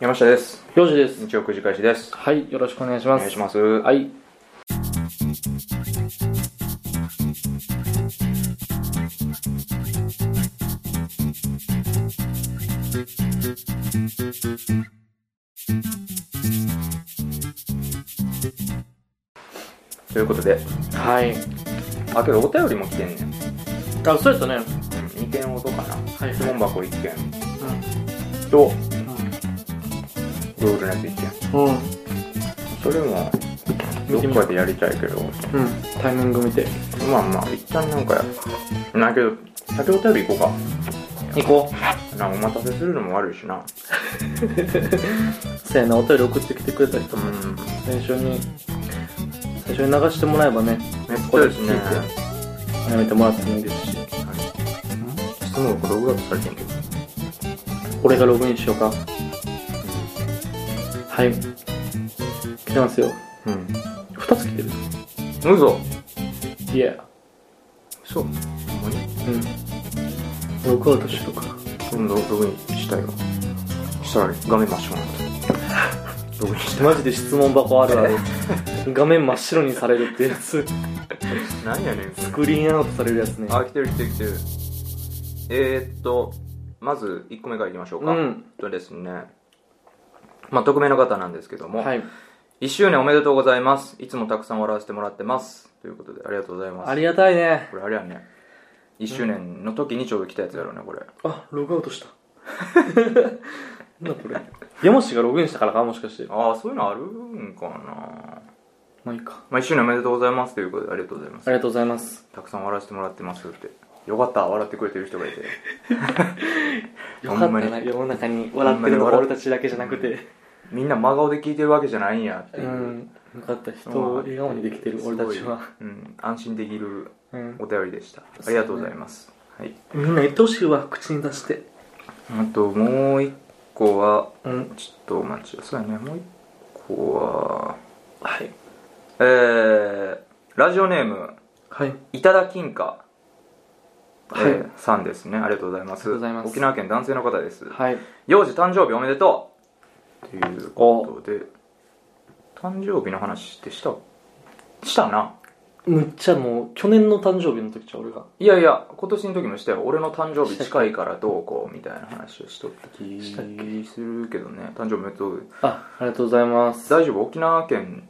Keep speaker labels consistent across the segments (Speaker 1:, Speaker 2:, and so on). Speaker 1: 山下です
Speaker 2: よじです。
Speaker 1: 日曜くじ返しです
Speaker 2: はい、よろしくお願いし
Speaker 1: お
Speaker 2: ます。
Speaker 1: 願いします
Speaker 2: はいい。
Speaker 1: ということで
Speaker 2: はい。
Speaker 1: あけどお便りも来てんねん、うん、
Speaker 2: あ、そうやったね。はい
Speaker 1: 2件ほどかな
Speaker 2: はい。
Speaker 1: 質問箱1件とルールのやつ1件
Speaker 2: うん。うん。
Speaker 1: それもど
Speaker 2: 見てみ
Speaker 1: っ
Speaker 2: よ
Speaker 1: か
Speaker 2: う
Speaker 1: でやりたいけど
Speaker 2: うん。タイミング見て。
Speaker 1: まあまあ一旦なんかなけど先お便り行こ
Speaker 2: 行こ
Speaker 1: うかなお待たせするのも悪いしな
Speaker 2: う。せやな、お便り送ってきてくれた人
Speaker 1: う
Speaker 2: も
Speaker 1: ん
Speaker 2: 最初に、最初に流してもらえばね、
Speaker 1: めっちゃですね
Speaker 2: これ聞いやめてもらってもいいですし。
Speaker 1: 質問箱ログアップされてんけど
Speaker 2: 俺がログインしようか。はい。来てますよ。
Speaker 1: うん
Speaker 2: 二つ来てる。
Speaker 1: 嘘
Speaker 2: いや。
Speaker 1: そうほんまに
Speaker 2: うん。ログアウトしようか。
Speaker 1: 今度ログインしたいわしたら画面真っ白になったログインした
Speaker 2: マジで質問箱あるあ る。画面真っ白にされるってやつ。
Speaker 1: 何やねん
Speaker 2: スクリーンアウトされるやつね。
Speaker 1: あ来てる来てる来てるえー、っとまず1個目からいきましょうか、
Speaker 2: う
Speaker 1: え
Speaker 2: ん
Speaker 1: っとですねまあ匿名の方なんですけども、
Speaker 2: はい。
Speaker 1: 1周年おめでとうございますいつもたくさん笑わせてもらってますということでありがとうございます
Speaker 2: ありがたいね。
Speaker 1: これあれやね1周年の時にちょうど来たやつだろうねこれ
Speaker 2: あ、ログアウ トした。なんだこれ。山氏がログインしたからか、もしかして。
Speaker 1: ああそういうのあるんかな
Speaker 2: まあいいか。
Speaker 1: まあ1周年おめでとうございますということでありがとうございます
Speaker 2: ありがとうございます。
Speaker 1: たくさん笑わせてもらってますってよかった笑ってくれてる人がいて
Speaker 2: よか
Speaker 1: ほん
Speaker 2: っ
Speaker 1: ま
Speaker 2: たな、
Speaker 1: に
Speaker 2: 世の中に笑っ
Speaker 1: ほん
Speaker 2: てるの
Speaker 1: まに
Speaker 2: が
Speaker 1: 笑
Speaker 2: 俺たちだけじゃなくて。
Speaker 1: みんな真顔で聞いてるわけじゃないんやっていうう、
Speaker 2: ん。よかった。人を笑顔にできてる俺たちは。
Speaker 1: すごい、うん、安心できる
Speaker 2: うん。
Speaker 1: お便りでしたありがとうございます、はい、
Speaker 2: みんな言ってほしいわ、口に出して。
Speaker 1: あともう一個は
Speaker 2: うん。
Speaker 1: ちょっとお待ちそうやねもう一個は
Speaker 2: はい。
Speaker 1: えー、ラジオネーム
Speaker 2: はい。
Speaker 1: いただきんか、
Speaker 2: はい
Speaker 1: えーさんですねありがとうございます
Speaker 2: ありがとうございます
Speaker 1: 沖縄県男性の方です
Speaker 2: はい。
Speaker 1: 幼児誕生日おめでとうっていうことで誕生日の話ってしたしたな
Speaker 2: むっちゃもう、去年の誕生日の時じゃ俺が。
Speaker 1: いやいや今年の時もしたよ俺の誕生日近いからどうこうみたいな話をしとった気
Speaker 2: したっけ
Speaker 1: するけどね誕生日おめでとう
Speaker 2: あ、ありがとうございます。
Speaker 1: 大丈夫沖縄県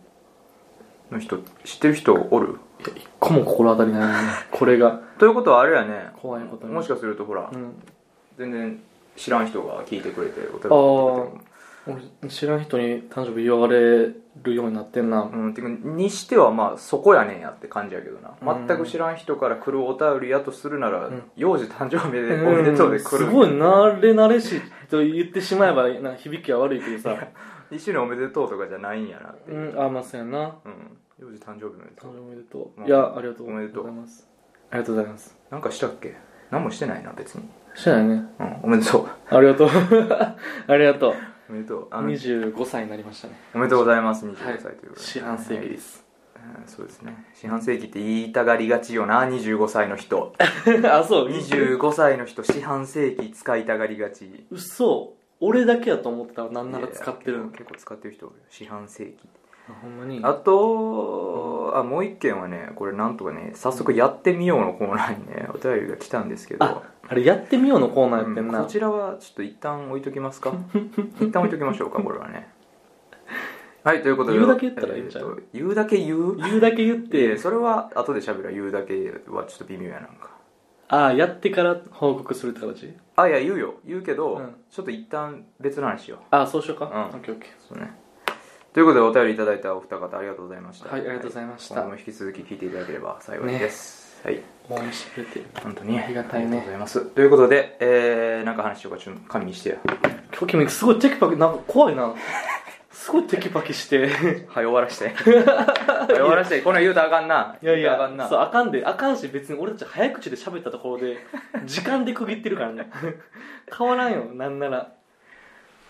Speaker 1: の人知ってる人おる
Speaker 2: 一個も心当たりないね。これが。
Speaker 1: ということはあれやね
Speaker 2: 怖いことに
Speaker 1: もしかするとほら、
Speaker 2: うん。
Speaker 1: 全然知らん人が聞いてくれてお便りくれて
Speaker 2: あ俺知らん人に誕生日言われるようになってんな、
Speaker 1: うん、てかにしてはまあそこやねんやって感じやけどな
Speaker 2: うん
Speaker 1: 全く知らん人から来るお便りやとするなら、
Speaker 2: うん
Speaker 1: 幼児誕生日でおめでとうで来る、
Speaker 2: すごい慣れ慣れしいと言ってしまえばな響きは悪いけどさ
Speaker 1: 一緒におめでとうとかじゃないんやなって
Speaker 2: う
Speaker 1: いう、
Speaker 2: んあまあそうやな
Speaker 1: うん幼児誕生日おめでと
Speaker 2: 誕
Speaker 1: う
Speaker 2: 生日おめでとう、
Speaker 1: うん
Speaker 2: いやありがとう
Speaker 1: おめでとう
Speaker 2: ございますありがとうございます
Speaker 1: なんかしたっけ何もしてないな別に
Speaker 2: してないね
Speaker 1: うんおめでとう
Speaker 2: ありがとう ありがとう
Speaker 1: おめでとうあの
Speaker 2: 25歳になりましたね
Speaker 1: おめでとうございます25歳ということで
Speaker 2: 四半世紀です
Speaker 1: うんそうですね四半世紀って言いたがりがちよな25歳の人
Speaker 2: あそう
Speaker 1: 25歳の人四半世紀使いたがりがち
Speaker 2: 嘘俺だけやと思ってたらなんなら使ってる
Speaker 1: いや
Speaker 2: の
Speaker 1: 結構使ってる人多いよ四半世紀って
Speaker 2: あほんまに
Speaker 1: あと、あもう一件はねこれなんとかね早速やってみようのコーナーにねお 便りが来たんですけど
Speaker 2: ああれやってみようのコーナーや
Speaker 1: う
Speaker 2: って
Speaker 1: ん
Speaker 2: んな、
Speaker 1: こちらはちょっと一旦置いとき ますか一旦置いときましょうかこれはねはいということで
Speaker 2: 言うだけ言ったらいいんちゃう
Speaker 1: えーと言うだけ言う
Speaker 2: 言うだけ言っ
Speaker 1: で
Speaker 2: て
Speaker 1: それは後で喋るわ言うだけはちょっと微妙やなんか
Speaker 2: ああやってから報告するって形
Speaker 1: あいや言うよ言うけど、
Speaker 2: うん
Speaker 1: ちょっと一旦別の話しよう
Speaker 2: ああそうしようか
Speaker 1: ん
Speaker 2: オッケーオッケ
Speaker 1: そうねということでお便りいただいたお二方ありがとうございました
Speaker 2: ーはいありがとうございました、
Speaker 1: 今後も引き続き聞いていただければ幸いです、はい
Speaker 2: 応援してくれて
Speaker 1: 本当に
Speaker 2: ありがたいね
Speaker 1: ありがとうございますということで、えー、なんか話しようかちょっと仮眠してや
Speaker 2: 今日君すごいテキパキなんか怖いなすごいテキパキして
Speaker 1: はい終わらして はい終わらしてこの言うたらあかんない
Speaker 2: いやいや
Speaker 1: あかんな
Speaker 2: そうあかんであかんし別に俺たち早口で喋ったところで時間で区切ってるからね 変わらんよなんなら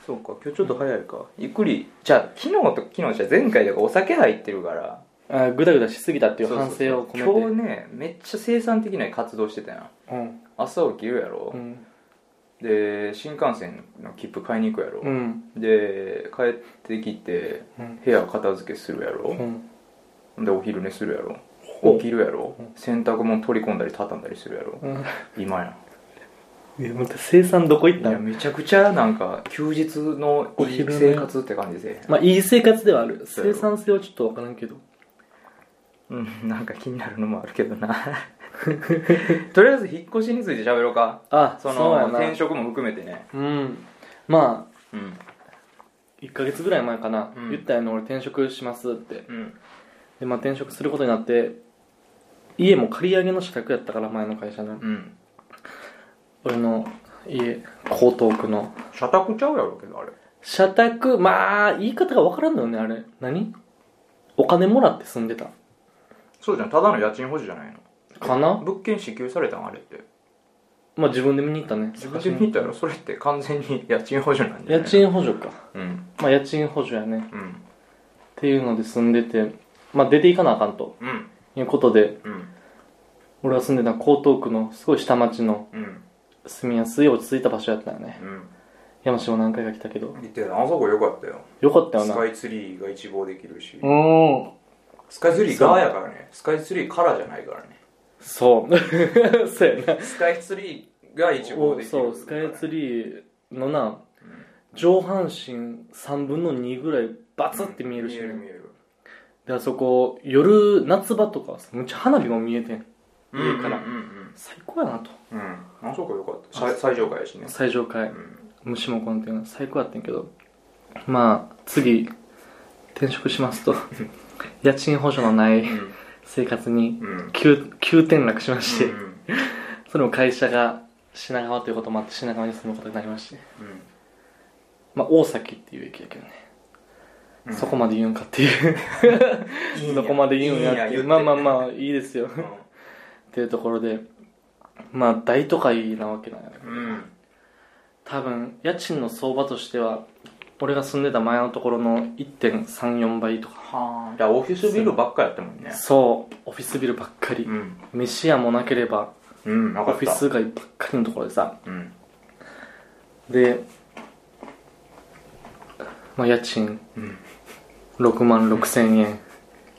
Speaker 1: そうか今日ちょっと早いかゆっくりじゃあ昨日と昨日じゃ前回だからお酒入ってるから
Speaker 2: あグダグダしすぎたっていう
Speaker 1: そうそう
Speaker 2: 反
Speaker 1: そう
Speaker 2: 省を込めて
Speaker 1: 今日ねめっちゃ生産的な活動してたやん
Speaker 2: うん
Speaker 1: 朝起きるやろ、
Speaker 2: うん
Speaker 1: で新幹線の切符買いに行くやろ、
Speaker 2: うん
Speaker 1: で帰ってきて
Speaker 2: うん
Speaker 1: 部屋片付けするやろ、
Speaker 2: うん
Speaker 1: でお昼寝するやろ
Speaker 2: ほう
Speaker 1: 起きるやろ
Speaker 2: うん
Speaker 1: 洗濯物取り込んだり畳んだりするやろ
Speaker 2: うん
Speaker 1: 今や
Speaker 2: いやまた生産どこ行っ
Speaker 1: い
Speaker 2: た
Speaker 1: や
Speaker 2: の
Speaker 1: めちゃくちゃなんか休日の
Speaker 2: お昼寝
Speaker 1: 生活って感じで
Speaker 2: まあいい生活ではある
Speaker 1: そうや
Speaker 2: 生
Speaker 1: ろ
Speaker 2: 産性はちょっと分からんけど
Speaker 1: うんなんか気になるのもあるけどな とりあえず引っ越しについて喋ろうか
Speaker 2: あ
Speaker 1: そ
Speaker 2: そう
Speaker 1: の
Speaker 2: やな
Speaker 1: 転職も含めてね
Speaker 2: うんま
Speaker 1: う
Speaker 2: あ
Speaker 1: ん
Speaker 2: 1ヶ月ぐらい前かな、
Speaker 1: うん
Speaker 2: 言ったやん俺転職しますって
Speaker 1: うん
Speaker 2: でまあ転職することになって家も借り上げの社宅やったから前の会社の
Speaker 1: うん
Speaker 2: 俺の家江東区の
Speaker 1: 社宅ちゃうやろうけどあれ
Speaker 2: 社宅まあ言い方が分からんのよねあれ何お金もらって住んでた
Speaker 1: そうじゃんただの家賃保持じゃないの
Speaker 2: かな
Speaker 1: 物件支給されたんあれって
Speaker 2: まあ自分で見に行ったね
Speaker 1: 自分で見たらそれって完全に家賃補助なんじゃ
Speaker 2: 家
Speaker 1: ない
Speaker 2: 賃補助か
Speaker 1: うん
Speaker 2: まあ家賃補助やね
Speaker 1: うん
Speaker 2: っていうので住んでてまあ出ていかなあかんと
Speaker 1: うん
Speaker 2: いうことで
Speaker 1: うん
Speaker 2: 俺は住んでた江東区のすごい下町の
Speaker 1: うん
Speaker 2: 住みやすい落ち着いた場所やったよね
Speaker 1: うん
Speaker 2: 山下も何回か来たけど
Speaker 1: 見てあそこ良かったよ
Speaker 2: よかったよ
Speaker 1: ス
Speaker 2: な
Speaker 1: カイツリーが一望できるし、
Speaker 2: うん
Speaker 1: スカイツリーがやからねスカイツリーからじゃないからね
Speaker 2: そうそう やな
Speaker 1: スカイツリーが一望できる
Speaker 2: そうスカイツ
Speaker 1: リー
Speaker 2: リーのな上半身3分の2ぐらいバツって見えるし、ね
Speaker 1: 見える見える
Speaker 2: であそこ夜夏場とかさむっちゃ花火も見えてん上から
Speaker 1: うんうん
Speaker 2: 最高やなと
Speaker 1: うんうんあそこ良かった最最上階やしね
Speaker 2: 最上
Speaker 1: う
Speaker 2: 階
Speaker 1: ん
Speaker 2: 虫もこんっていうのは最高やってんけどまあ次転職 しますと家賃補助のない生活に
Speaker 1: うんうん
Speaker 2: 急急転落しまして、
Speaker 1: うん
Speaker 2: それも会社が品川ということもあって品川に住むことになりまして
Speaker 1: うん
Speaker 2: まあ大崎っていう駅やけどね、
Speaker 1: うん
Speaker 2: そこまで言うんかっていう
Speaker 1: いいんや
Speaker 2: どこまで言うんやって
Speaker 1: い
Speaker 2: い
Speaker 1: い
Speaker 2: うんまあまあ
Speaker 1: あ
Speaker 2: まあいいですよっていうところでまあ大都会なわけなんやね
Speaker 1: うん
Speaker 2: 多分家賃の相場としては俺が住んでた前のところの1.34倍とか
Speaker 1: はあじゃあオフィスビルばっかやったもんね
Speaker 2: そうオフィスビルばっかり
Speaker 1: うん
Speaker 2: 飯屋もなければ
Speaker 1: うんな
Speaker 2: オ
Speaker 1: かった
Speaker 2: フィス街ばっかりのところでさ
Speaker 1: うん
Speaker 2: でまあ家賃
Speaker 1: うん
Speaker 2: 6万6千円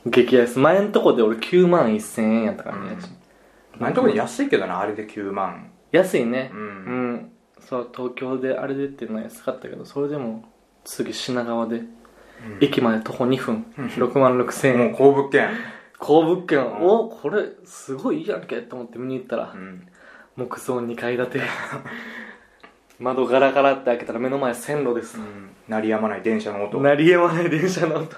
Speaker 2: 激安前のとこで俺9万1千円やったからね、家賃
Speaker 1: あのところ安いけどなあれで9万
Speaker 2: 安いね
Speaker 1: う
Speaker 2: うんんそう東京であれでっていうのは安かったけどそれでも次品川で、駅まで徒歩2分6万6千円
Speaker 1: もう好物件
Speaker 2: 高物件、
Speaker 1: ん
Speaker 2: おこれすごいいいやんけと思って見に行ったら、
Speaker 1: うん
Speaker 2: 木造2階建て 窓ガラガラって開けたら目の前線路です、
Speaker 1: 鳴りやまない電車の音
Speaker 2: 鳴りやまない電車の音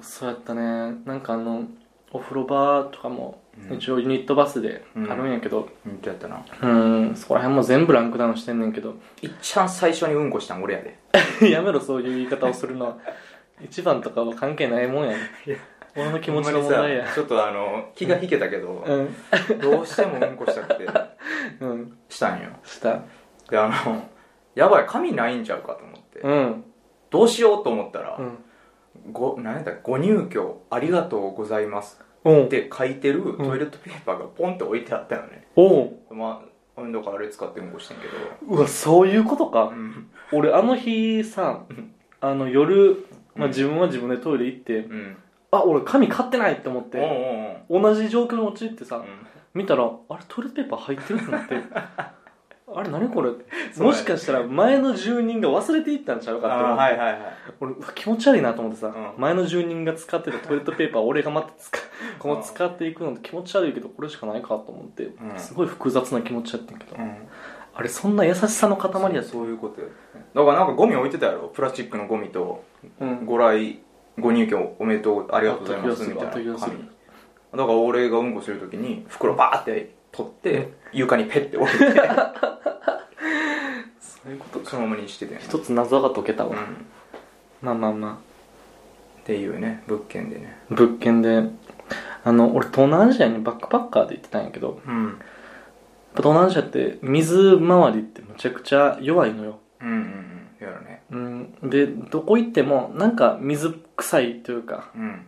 Speaker 2: そうやったねなんかあのお風呂場とかも
Speaker 1: うん
Speaker 2: 一応ユニットバスであるんやけど
Speaker 1: うんちゃったな
Speaker 2: うんんそこら辺も全部ランクダウンしてんねんけど
Speaker 1: 一番最初にうんこしたん俺やで
Speaker 2: やめろそういう言い方をするのは一番とかは関係ないもんやね俺の気持ちの問題や
Speaker 1: ほんまにさちょっとあの気が引けたけど
Speaker 2: う、ん
Speaker 1: どうしてもうんこしたくて
Speaker 2: うん
Speaker 1: したんよ
Speaker 2: した
Speaker 1: であのやばい紙ないんちゃうかと思って、
Speaker 2: うん
Speaker 1: どうしようと思ったら、
Speaker 2: うん
Speaker 1: ご何やったっけご入居ありがとうございます
Speaker 2: おう
Speaker 1: って書いてる
Speaker 2: ん
Speaker 1: トイレットペーパーがポンって置いてあったよね、
Speaker 2: おう
Speaker 1: まあ運動からあれ使ってうんこしてんけど
Speaker 2: うわそういうことか
Speaker 1: うん
Speaker 2: 俺あの日さあの夜、まあ、自分は自分でトイレ行って、
Speaker 1: うん
Speaker 2: あ俺紙買ってないって思っ
Speaker 1: うんうん
Speaker 2: て同じ状況に陥ってさ、
Speaker 1: うん
Speaker 2: 見たらあれトイレットペーパー入ってるってな ってあれ何これ
Speaker 1: そうやね
Speaker 2: もしかしたら前の住人が忘れていったんちゃう
Speaker 1: あ
Speaker 2: かって思
Speaker 1: ー
Speaker 2: っ
Speaker 1: はい
Speaker 2: て、
Speaker 1: はいはい
Speaker 2: 俺うわ気持ち悪いなと思ってさ、
Speaker 1: うん
Speaker 2: 前の住人が使ってたトイレットペーパー俺がまた使うこの使っていくのって気持ち悪いけどこれしかないかと思って、
Speaker 1: ん
Speaker 2: すごい複雑な気持ちやってんけど、
Speaker 1: うん
Speaker 2: あれそんな優しさの
Speaker 1: たま
Speaker 2: 塊
Speaker 1: に
Speaker 2: や
Speaker 1: は
Speaker 2: ぞ
Speaker 1: そういうことよだからなんかゴミ置いてたやろプラスチックのゴミと
Speaker 2: うん
Speaker 1: ご来ご入居おめでとうありがとうございますみたい
Speaker 2: あ
Speaker 1: な
Speaker 2: った
Speaker 1: 紙
Speaker 2: 気が
Speaker 1: だ
Speaker 2: す
Speaker 1: か
Speaker 2: る
Speaker 1: ら俺がうんこするときに袋バーって取って床にペッて 置いて
Speaker 2: そういうこと
Speaker 1: そのままにしてて、
Speaker 2: 一つ謎が解けたわ、
Speaker 1: うん
Speaker 2: まあまあま
Speaker 1: っていうね物件でね
Speaker 2: あ物件であの俺東南アジアにバックパッカーで行ってたんやけどやっ
Speaker 1: うん
Speaker 2: ぱ東南アジアって水回りってむちゃくちゃ弱いのよ
Speaker 1: うんうんうんやろね
Speaker 2: うんでどこ行ってもなんか水臭いというか
Speaker 1: うん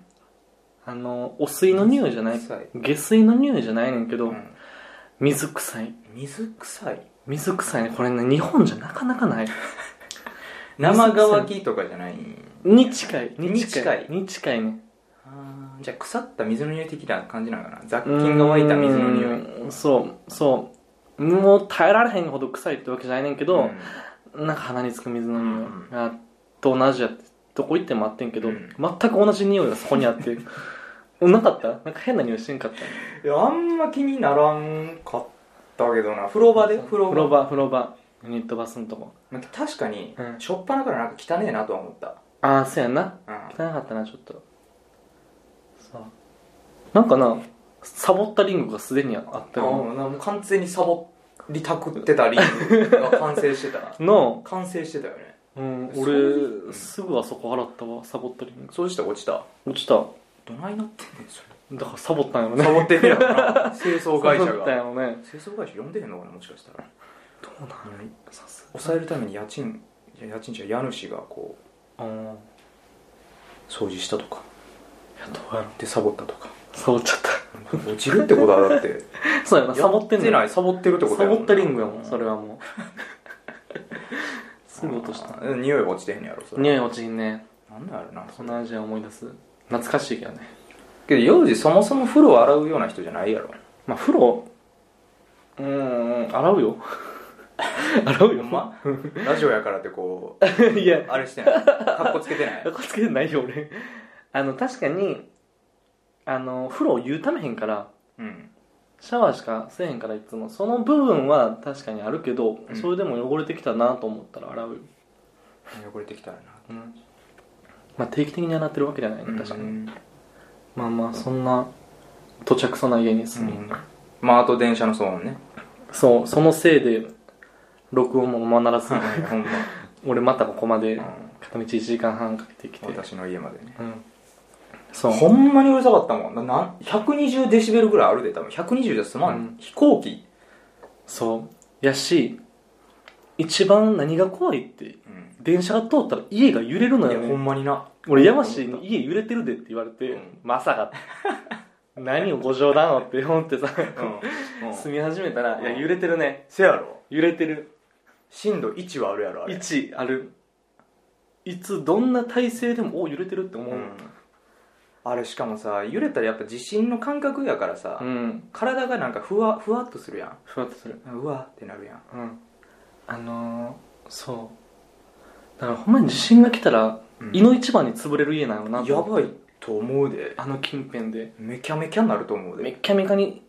Speaker 2: あのお水の匂いじゃない
Speaker 1: 臭い
Speaker 2: 下水の匂いじゃないねんけど、
Speaker 1: うん
Speaker 2: 水臭い
Speaker 1: 水臭い
Speaker 2: 水臭いねこれね日本じゃなかなかない
Speaker 1: 生乾きとかじゃない
Speaker 2: に近いに
Speaker 1: に近
Speaker 2: 近
Speaker 1: い
Speaker 2: いに近いね
Speaker 1: あーじゃあ腐った水の匂い的な感じなのかな雑菌が湧いた水の匂い
Speaker 2: いそうそうもう耐えられへんほど臭いってわけじゃないねんけど、なんか鼻につく水の匂いがと同じやってどこ行ってもあってんけど、
Speaker 1: うん
Speaker 2: 全く同じ匂いがそこにあってなかったなんか変な匂いしてんかった
Speaker 1: いやあんま気にならんかったけどな風呂場で風呂場
Speaker 2: 風呂場風呂場ユニットバスのとこ
Speaker 1: なんか確かに
Speaker 2: うん
Speaker 1: しょっぱなからなんか汚ねえなとは思った、
Speaker 2: ああそうやんな
Speaker 1: うん、
Speaker 2: 汚かったなちょっとそうなんかなサボったリングがすでにあった
Speaker 1: あ
Speaker 2: よ
Speaker 1: もうなもう完全にサボりたくってたリングが完成してた
Speaker 2: の、
Speaker 1: 完成してたよね
Speaker 2: うん、
Speaker 1: そういう
Speaker 2: 俺すぐあそこ払ったわサボったリング
Speaker 1: そうした落ちた
Speaker 2: 落ちた
Speaker 1: どないなってんねんそれ
Speaker 2: だからサボったんやろね
Speaker 1: サボってんねやろ な清
Speaker 2: サ
Speaker 1: 掃
Speaker 2: ボ
Speaker 1: 会社
Speaker 2: ったんや
Speaker 1: が
Speaker 2: ろね
Speaker 1: 清掃会社呼んでへんのかなもしかしたら
Speaker 2: どうなんさす
Speaker 1: 抑えるために家賃いや家賃じゃ家主がこう
Speaker 2: ああいや
Speaker 1: 掃除したとか
Speaker 2: どうやろ
Speaker 1: でサボったとか
Speaker 2: サボっちゃっ
Speaker 1: 落ちるってことはだって
Speaker 2: た そうやなサボってん
Speaker 1: や
Speaker 2: ね
Speaker 1: ない
Speaker 2: ん
Speaker 1: サボってるってこと
Speaker 2: サボったリングやもんそ
Speaker 1: そ
Speaker 2: れ
Speaker 1: れ
Speaker 2: は もうすぐ落とした
Speaker 1: 匂い落ちてへんやろそれ
Speaker 2: 匂い落ちんね
Speaker 1: なんだろうなそ
Speaker 2: 東
Speaker 1: んな
Speaker 2: 南アジア思い出す懐かしいけどね
Speaker 1: けど幼児そもそも風呂洗うような人じゃない やろ
Speaker 2: まあ風呂うーん洗う よ洗うよ
Speaker 1: ほんまラジオやからってこう
Speaker 2: いや
Speaker 1: あれしてないかっこつけてない
Speaker 2: かっこつけてないよ俺あの確かにあの風呂を言うためへんから
Speaker 1: うん
Speaker 2: シャワーしかせえへんからいつもその部分は確かにあるけど、
Speaker 1: うん
Speaker 2: それでも汚れてきたなと思ったら洗うよ、
Speaker 1: 汚れてきたらな
Speaker 2: うんまあ定期的に洗ってるわけじゃないね確かに、
Speaker 1: うん
Speaker 2: まあまあそんな土着そうな家に住み、
Speaker 1: まああと電車の騒音ね
Speaker 2: そうそのせいで録音もままならず
Speaker 1: ほん ま
Speaker 2: 俺またここま
Speaker 1: う
Speaker 2: で
Speaker 1: ん
Speaker 2: 片道1時間半かけてきて
Speaker 1: 私の家までね
Speaker 2: うんそう
Speaker 1: ほんまにうるさかったもんななん120デシベルぐらいあるで多分120じゃ済まん、
Speaker 2: うん
Speaker 1: 飛行機、
Speaker 2: そうやし一番何が怖いって
Speaker 1: うん
Speaker 2: 電車が通ったら家が揺れるの
Speaker 1: い
Speaker 2: よ
Speaker 1: やほ
Speaker 2: ね
Speaker 1: んまにな
Speaker 2: 俺山氏に家揺れてるでって言われて、
Speaker 1: うん
Speaker 2: まさか何をご冗談をって思ってさ、
Speaker 1: うん、うん
Speaker 2: 住み始めたら、いうや
Speaker 1: ん
Speaker 2: 揺れてるね
Speaker 1: せやろ
Speaker 2: 揺れてる
Speaker 1: 震度1はあるやろあれ
Speaker 2: 1あるいつどんな体勢でもお揺れてるって思う
Speaker 1: うんあれしかもさ揺れたらやっぱ地震の感覚やからさ、
Speaker 2: うん
Speaker 1: 体がなんかふわふわっとするやん
Speaker 2: ふわっとする
Speaker 1: うわってなるやん
Speaker 2: うんあのー、そうだからほんまに地震が来たら、
Speaker 1: うん
Speaker 2: 胃の一番に潰れる家なのなと
Speaker 1: やばいと思うで
Speaker 2: あの近辺で
Speaker 1: めきゃめきゃになると思う
Speaker 2: め
Speaker 1: で
Speaker 2: っきゃめかに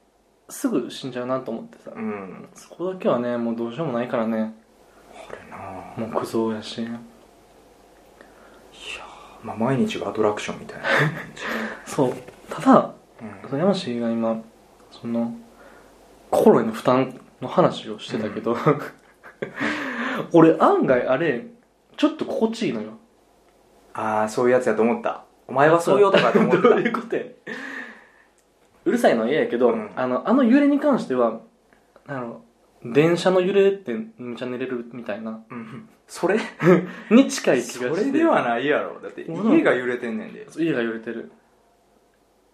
Speaker 2: すぐ死んじゃうなと思ってさ、
Speaker 1: うん
Speaker 2: そこだけはねもうどうしようもないからね
Speaker 1: これなあ
Speaker 2: 木造やし
Speaker 1: まあ、毎日がアトラクションみたいな、
Speaker 2: そうただ
Speaker 1: うん
Speaker 2: 山氏が今その心への負担の話をしてたけど、 俺案外あれちょっと心地いいのよ
Speaker 1: ああそういうやつやと思ったお前はそういう男やと思っ
Speaker 2: ど
Speaker 1: て
Speaker 2: ういうことやうるさいのは嫌やけど、
Speaker 1: うん
Speaker 2: あのあの揺れに関してはあの電車の揺れってめちゃ寝れるみたいな
Speaker 1: た、うん、それ
Speaker 2: に近い気がして
Speaker 1: それではないやろだって
Speaker 2: ほら
Speaker 1: 家が揺れてんねんで
Speaker 2: 家が揺れてる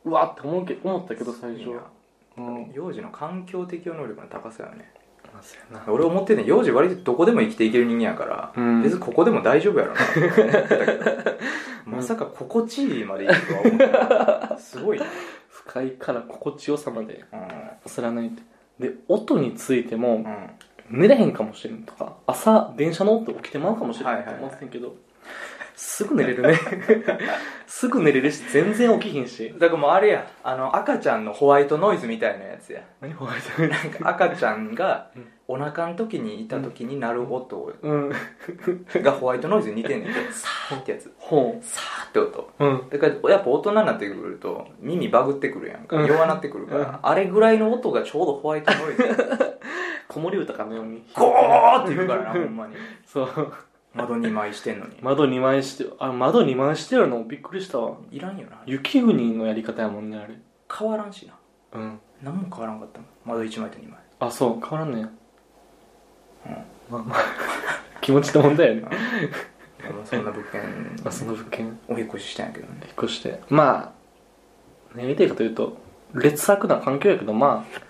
Speaker 2: うわって思うけ思ったけど最初
Speaker 1: いいな
Speaker 2: うん
Speaker 1: 幼児の環境適応能力の高さよね
Speaker 2: そうやな
Speaker 1: 俺思ってんねん幼児割とどこでも生きていける人間やから、
Speaker 2: うん
Speaker 1: 別にここでも大丈夫や ろなと思ってたけどまさか心地いいまでいくとは思ってなかったすごいな、
Speaker 2: 不快から心地よさまで
Speaker 1: う
Speaker 2: 貫いてで音について
Speaker 1: んう
Speaker 2: も
Speaker 1: ん、
Speaker 2: 寝れへんかもしれんとか朝電車の音起きてまうかもしれ
Speaker 1: は
Speaker 2: ん
Speaker 1: い
Speaker 2: と
Speaker 1: はいはい
Speaker 2: 思ってんけど、すぐ寝れる ねすぐ寝れるし全然起きひんし
Speaker 1: だからもうあれやあの赤ちゃんのホワイトノイズみたいなやつや
Speaker 2: 何ホワイトなんか
Speaker 1: 赤ちゃんが
Speaker 2: うん
Speaker 1: お腹の時にいた時に鳴る音
Speaker 2: うん
Speaker 1: がホワイトノイズに似てんねん けどさーってやつ
Speaker 2: ほ
Speaker 1: さーって音
Speaker 2: ううん
Speaker 1: だからやっぱ大人になってくると耳バグってくるやんか
Speaker 2: うん
Speaker 1: 弱なってくるからあれぐらいの音がちょうどホワイトノイズや
Speaker 2: 子守歌かのように
Speaker 1: ゴーって言うからなほん まに
Speaker 2: そう
Speaker 1: 窓2枚してんのに
Speaker 2: 窓2枚してあ窓2枚してるのびっくりしたわ
Speaker 1: いらんよな
Speaker 2: 雪国のやり方やもんねあれ
Speaker 1: 変わらんしな
Speaker 2: うん
Speaker 1: 何も変わらんかったもん窓1枚と2枚
Speaker 2: あそう変わらんねやまあま あ気持ちの問題やね
Speaker 1: まあ そんな物件
Speaker 2: まあその物件
Speaker 1: お引っ越ししたんやけどね
Speaker 2: 引っ越してまあ何が言いたいかというと劣悪な環境やけどまあ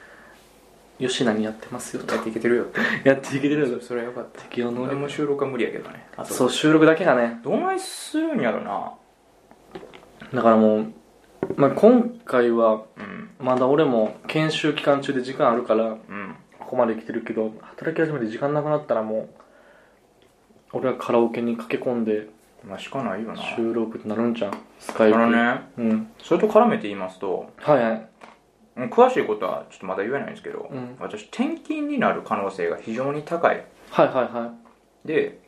Speaker 2: 吉田にやってますよと
Speaker 1: やっていけてるよって
Speaker 2: やっていけてるよ
Speaker 1: そそれはよかった
Speaker 2: 適応能
Speaker 1: 俺
Speaker 2: 力
Speaker 1: も収録は無理やけどねあと
Speaker 2: そう収録だけがね
Speaker 1: どないするんやろな
Speaker 2: だからもう、まあ、今回は
Speaker 1: うん
Speaker 2: まだ俺も研修期間中で時間あるから
Speaker 1: うん
Speaker 2: ここまで来てるけど働き始めて時間なくなったらもう俺はカラオケに駆け込んで
Speaker 1: まあしかないよな
Speaker 2: 収録ってなるんじゃんスカ
Speaker 1: あ
Speaker 2: イプ
Speaker 1: のね
Speaker 2: うん
Speaker 1: それと絡めて言いますと
Speaker 2: はいはい
Speaker 1: うん詳しいことはちょっとまだ言えないんですけど、
Speaker 2: うん
Speaker 1: 私転勤になる可能性が非常に高い
Speaker 2: はいはいは
Speaker 1: で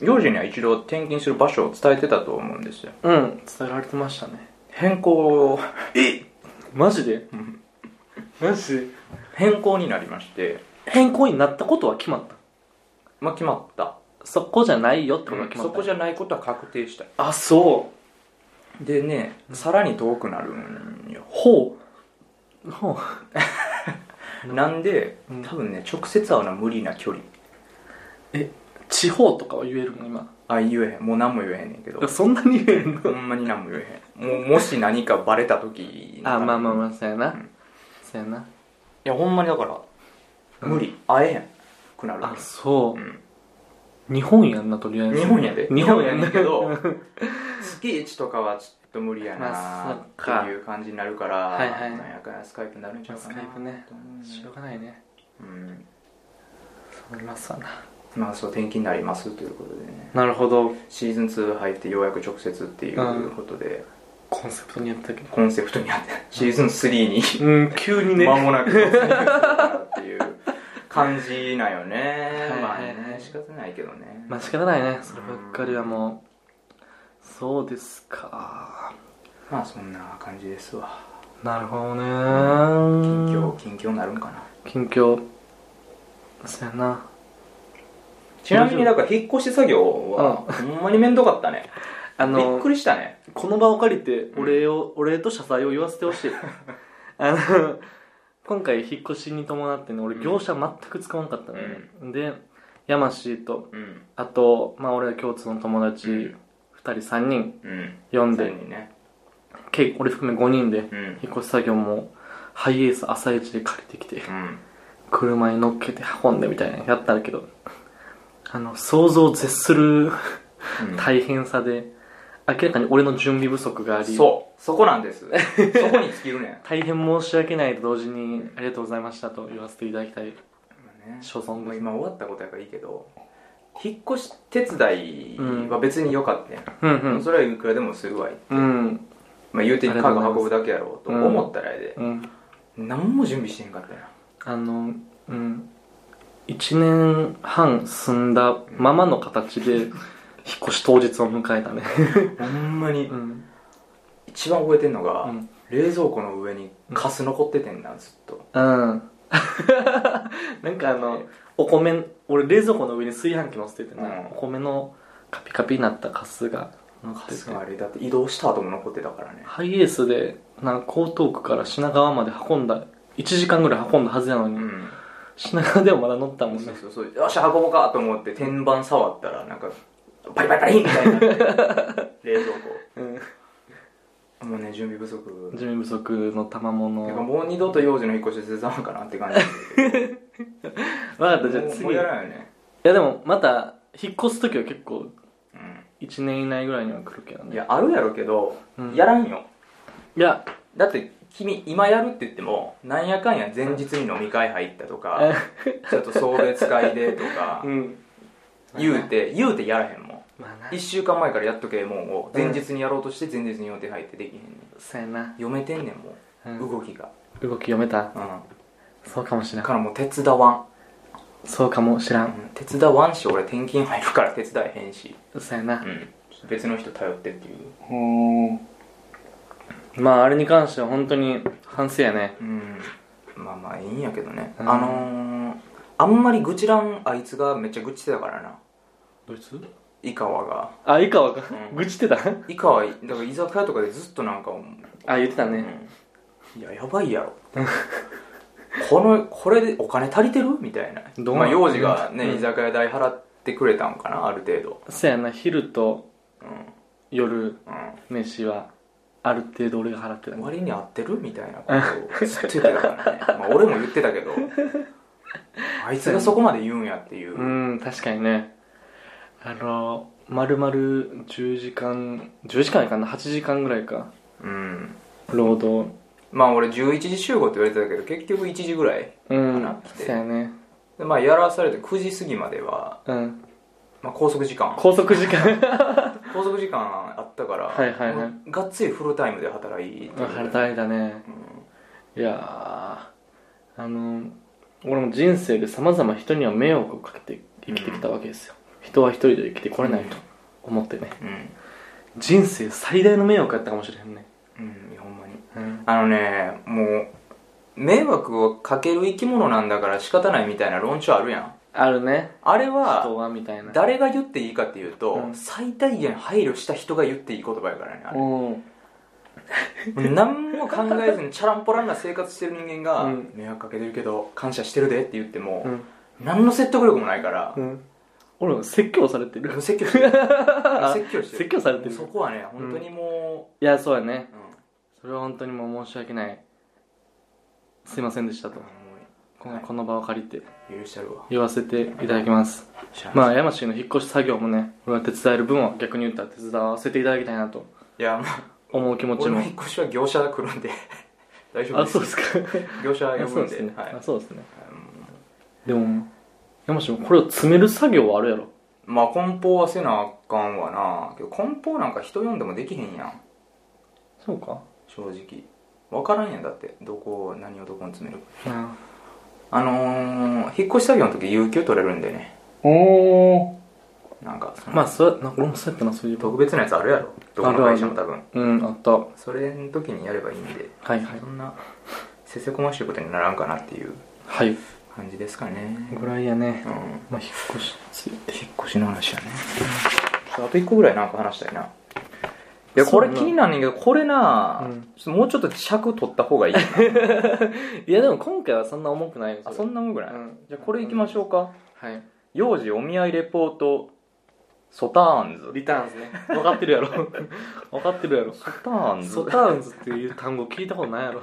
Speaker 1: 幼児には一度転勤する場所を伝えてたと思うんですよ
Speaker 2: いうん伝えられてましたね
Speaker 1: 変更え
Speaker 2: マジで
Speaker 1: ん
Speaker 2: マジで
Speaker 1: 変更になりまして
Speaker 2: 変更になったことは決まった
Speaker 1: まあ決まった
Speaker 2: そこじゃないよってことが決まっ
Speaker 1: そ
Speaker 2: た、
Speaker 1: こじゃないことは確定した
Speaker 2: あそう
Speaker 1: でねさらに遠くなるんよ
Speaker 2: ほうほ
Speaker 1: なんで
Speaker 2: うん
Speaker 1: 多分ね直接会うのは無理な距離
Speaker 2: う地方とかは言えるの今
Speaker 1: あ言えへんもう何も言えへんねんけど
Speaker 2: いやそんなに言えんの
Speaker 1: ほんまに何も言えへんもうもし何かバレた時
Speaker 2: あまあまあまあそうやな、
Speaker 1: ん
Speaker 2: そうやない
Speaker 1: やほんまにだから無理会えへんくなる
Speaker 2: あそうう、
Speaker 1: ん
Speaker 2: 日本やんなとりあえず
Speaker 1: 日本やで
Speaker 2: 日本や
Speaker 1: や
Speaker 2: ん
Speaker 1: ね
Speaker 2: なん
Speaker 1: け ど月1とかはちょっと無理や
Speaker 2: まあ
Speaker 1: な
Speaker 2: そっか
Speaker 1: っていう感じになるから、
Speaker 2: はいはい
Speaker 1: なんやかんやスカイプになるんちゃうかな
Speaker 2: まあスカイプね
Speaker 1: と思うんだ
Speaker 2: し
Speaker 1: よ
Speaker 2: ょうがないね
Speaker 1: うん
Speaker 2: そうなりますわな
Speaker 1: まあそう転勤になりますということでね
Speaker 2: なるほど
Speaker 1: シーズン2入ってようやく直接っていうことで、
Speaker 2: コンセプトにやったけど
Speaker 1: コンセプトにあってシーズン3に
Speaker 2: うん急 にね
Speaker 1: 間もなく突入するかなっていう感じなんよね
Speaker 2: はい
Speaker 1: まあ
Speaker 2: はいは
Speaker 1: ね
Speaker 2: い
Speaker 1: 仕方ないけどね
Speaker 2: まあ仕方ないねそればっかりはもうそうですか
Speaker 1: まあそんな感じですわ
Speaker 2: なるほどね
Speaker 1: 近況近況なるんかな
Speaker 2: 近況そうやな
Speaker 1: ちなみにだから引っ越し作業はほんまに面倒かったね
Speaker 2: あ
Speaker 1: びっ
Speaker 2: の
Speaker 1: くりしたね
Speaker 2: この場を借りてお礼を、お礼と謝罪を言わせて ほしいあの今回引っ越しに伴ってね俺業者全く使わなかったのよね、で山氏と
Speaker 1: うん
Speaker 2: あとまあ俺ら共通の友達
Speaker 1: う
Speaker 2: 2
Speaker 1: ん
Speaker 2: 人3人
Speaker 1: うん
Speaker 2: 呼
Speaker 1: 完
Speaker 2: んで
Speaker 1: 全にね
Speaker 2: 計俺含め5人で
Speaker 1: うん
Speaker 2: 引っ越し作業もハイエース朝一で借りてきて
Speaker 1: うん
Speaker 2: 車に乗っけて運んでみたいなのやったんだけどあの想像を絶する 大変さで明らかに俺の準備不足があ
Speaker 1: うん
Speaker 2: り
Speaker 1: そうそこなんですそこに尽きる ねん
Speaker 2: 大変申し訳ないと同時にありがとうございましたと言わせていただきたい
Speaker 1: ね
Speaker 2: 所存
Speaker 1: もう
Speaker 2: です
Speaker 1: 今終わったことやからいいけど引っ越し手伝いは別に良かったやん
Speaker 2: うんうん
Speaker 1: それはいくらでもするわい、
Speaker 2: うん
Speaker 1: まあ、言うて家具運ぶだけやろうと思ったらあれで、
Speaker 2: うん
Speaker 1: 何も準備してへんかったな
Speaker 2: あのうん1年半住んだままの形で引っ越し当日を迎えたね
Speaker 1: ほんまに
Speaker 2: うん
Speaker 1: 一番覚えてんのが、
Speaker 2: うん
Speaker 1: 冷蔵庫の上にカス残っててんなずっと、
Speaker 2: うん なんかあのお米俺冷蔵庫の上に炊飯器乗せてて
Speaker 1: う
Speaker 2: な、
Speaker 1: ん
Speaker 2: お米のカピカピになったカスが乗っ
Speaker 1: カ
Speaker 2: て
Speaker 1: ス
Speaker 2: て
Speaker 1: があれだって移動した後も残ってたからね
Speaker 2: ハイエースでなんか江東区から品川まで運んだ1時間ぐらい運んだはずなのに、
Speaker 1: うん
Speaker 2: 品川でもまだ乗ったもん
Speaker 1: そ
Speaker 2: ね
Speaker 1: うそうそうよし運ぼうかと思って天板触ったらなんかパリパリパリみたい になって冷蔵
Speaker 2: うん
Speaker 1: 庫もうね準備不足
Speaker 2: 準備不足の賜物
Speaker 1: てか
Speaker 2: わ
Speaker 1: もう二度と幼児の引っ越しせざるかなって感じ
Speaker 2: かったじゃ
Speaker 1: も
Speaker 2: あ
Speaker 1: うも
Speaker 2: 次
Speaker 1: う
Speaker 2: い
Speaker 1: や
Speaker 2: や
Speaker 1: らんよね、
Speaker 2: でもまた引っ越す時は結構
Speaker 1: う
Speaker 2: 1年以内ぐらいには来るけど
Speaker 1: ん、
Speaker 2: ね
Speaker 1: いやあるやろうけど、
Speaker 2: うん
Speaker 1: やらんよ
Speaker 2: いや
Speaker 1: だって君今やるって言ってもなんやかんや前日に飲み会入ったとかちょっと送別会でとか
Speaker 2: うん
Speaker 1: 言うて言うてやらへんも
Speaker 2: まあなん
Speaker 1: 1週間前からやっとけもんを前日にやろうとして前日に予定入ってできへんねん
Speaker 2: そうやな、
Speaker 1: 読めてんねんも
Speaker 2: う
Speaker 1: うん動きが
Speaker 2: 動き読め
Speaker 1: う
Speaker 2: た
Speaker 1: ん
Speaker 2: そうかもしれ
Speaker 1: だ
Speaker 2: ん
Speaker 1: からもう手伝わ
Speaker 2: そうかもしら
Speaker 1: ん、
Speaker 2: ん
Speaker 1: 手伝わんし俺転勤入るから手伝えへんし、
Speaker 2: そうやな
Speaker 1: うん、別の人頼ってっていう
Speaker 2: うんまああれに関しては本当に反省やね
Speaker 1: うんまあまあいいんやけどね、
Speaker 2: うん
Speaker 1: あのー、あんまり愚痴らんあいつがめっちゃ愚痴ってたからな
Speaker 2: どいつ
Speaker 1: 井川が
Speaker 2: あいいかわか
Speaker 1: うん
Speaker 2: ん愚痴ってた
Speaker 1: 以下はだから居酒屋とかでずっとなんか思
Speaker 2: あ言ってた
Speaker 1: う、
Speaker 2: ね
Speaker 1: うんいややばいやろこのこれでお金足りてるみたいな
Speaker 2: どう
Speaker 1: ま
Speaker 2: な
Speaker 1: あ
Speaker 2: ん
Speaker 1: 幼児がね、
Speaker 2: うん
Speaker 1: 居酒屋代払ってくれたんかなある程度
Speaker 2: そうやな昼と
Speaker 1: うん
Speaker 2: 夜
Speaker 1: うん
Speaker 2: 飯はある程度俺が払ってたの
Speaker 1: 割に合ってるみたいなことをずっと言ってたからねまあ俺も言ってたけど あいつがそこまで言うんやっていう、
Speaker 2: うん確かにねあのまるまる10時間10時間やかな8時間ぐらいか
Speaker 1: うん
Speaker 2: 労働
Speaker 1: まあ俺11時集合って言われてたけど結局1時ぐらい
Speaker 2: うん
Speaker 1: かな来て
Speaker 2: そうやね
Speaker 1: でまあやらされて9時過ぎまでは、
Speaker 2: うん
Speaker 1: まあ、拘束時間
Speaker 2: 拘束時間
Speaker 1: 拘束時間あったから、
Speaker 2: はいはいはい
Speaker 1: 俺がっつりフルタイムで働いて
Speaker 2: 働いたねいやーあの俺も人生でさまざま人には迷惑をかけて生きてきたわけですよ、人は一人で生きてこれないと思ってね
Speaker 1: うん、
Speaker 2: 人生最大の迷惑やったかもしれへんね
Speaker 1: うん、いやほんまに
Speaker 2: うん
Speaker 1: あのねもう迷惑をかける生き物なんだから仕方ないみたいな論調あるやん
Speaker 2: あるね
Speaker 1: あれは
Speaker 2: 人はみたいな
Speaker 1: 誰が言っていいかっていうと、
Speaker 2: うん
Speaker 1: 最大限配慮した人が言っていい言葉やからねあれ
Speaker 2: うん
Speaker 1: 何も考えずにチャランポランな生活してる人間が、
Speaker 2: うん
Speaker 1: 迷惑かけてるけど感謝してるでって言っても、
Speaker 2: うん
Speaker 1: 何の説得力もないから
Speaker 2: う、ん俺も説教されてる
Speaker 1: 説教してる説教してる
Speaker 2: 説教されてる
Speaker 1: そこはね本当にも
Speaker 2: いやそうやね
Speaker 1: う、
Speaker 2: それは本当にもう申し訳ないすいませんでした
Speaker 1: うん
Speaker 2: と
Speaker 1: も
Speaker 2: このこの場を借りて
Speaker 1: う許してやるわ
Speaker 2: 言わせていただきますまあ、山氏の引っ越し作業もね、俺は手伝える分は逆に言ったら手伝わせていただきたいなと
Speaker 1: いやまあ
Speaker 2: 思う気持ち
Speaker 1: 俺
Speaker 2: も
Speaker 1: の。引っ越しは業者来るんで大丈夫
Speaker 2: あ、
Speaker 1: です
Speaker 2: そうですか。
Speaker 1: 業者
Speaker 2: あ、
Speaker 1: 呼
Speaker 2: そ
Speaker 1: ぶ
Speaker 2: うんで
Speaker 1: です
Speaker 2: ね。
Speaker 1: はい
Speaker 2: あ、そうですね。でも、山氏もこれを詰める作業はあるやろ。
Speaker 1: まあ梱包はせなあかんわなけど梱包なんか人呼んでもできへんやん
Speaker 2: そうか。
Speaker 1: 正直分からんやんだってどこを何をどこに詰めるか
Speaker 2: うん。
Speaker 1: あのー、引っ越し作業の時有給取れるんでね
Speaker 2: おー。
Speaker 1: なんかその
Speaker 2: まあ、そうや、なんか俺もそうやったな、そういう
Speaker 1: 特別なやつあるやろどこの会社も多分
Speaker 2: うん、あった。は
Speaker 1: それの時にやればいいんで
Speaker 2: いはい
Speaker 1: そ。んなせせこましいことにならんかなっていう
Speaker 2: はい。
Speaker 1: 感じですかね
Speaker 2: ぐらいやね
Speaker 1: う。ん
Speaker 2: まあ、引っ越しついて。
Speaker 1: 引っ越しの話やねあと一個ぐらいなんか話したいないや
Speaker 2: そ
Speaker 1: こ
Speaker 2: うな
Speaker 1: れ気になんねんけどこれな、
Speaker 2: うん
Speaker 1: ちょっともうちょっと尺取った方がいい
Speaker 2: いや、でも今回はそんな重くないよ。
Speaker 1: あそんなもんぐらい、
Speaker 2: うん
Speaker 1: じゃあこれいきましょうか
Speaker 2: はい。
Speaker 1: 幼児お見合いレポートソターンズ
Speaker 2: リターンズね。 分かってるやろ。分かってるやろ。
Speaker 1: ソターンズ
Speaker 2: ソターンズっていう単語聞いたことないやろ。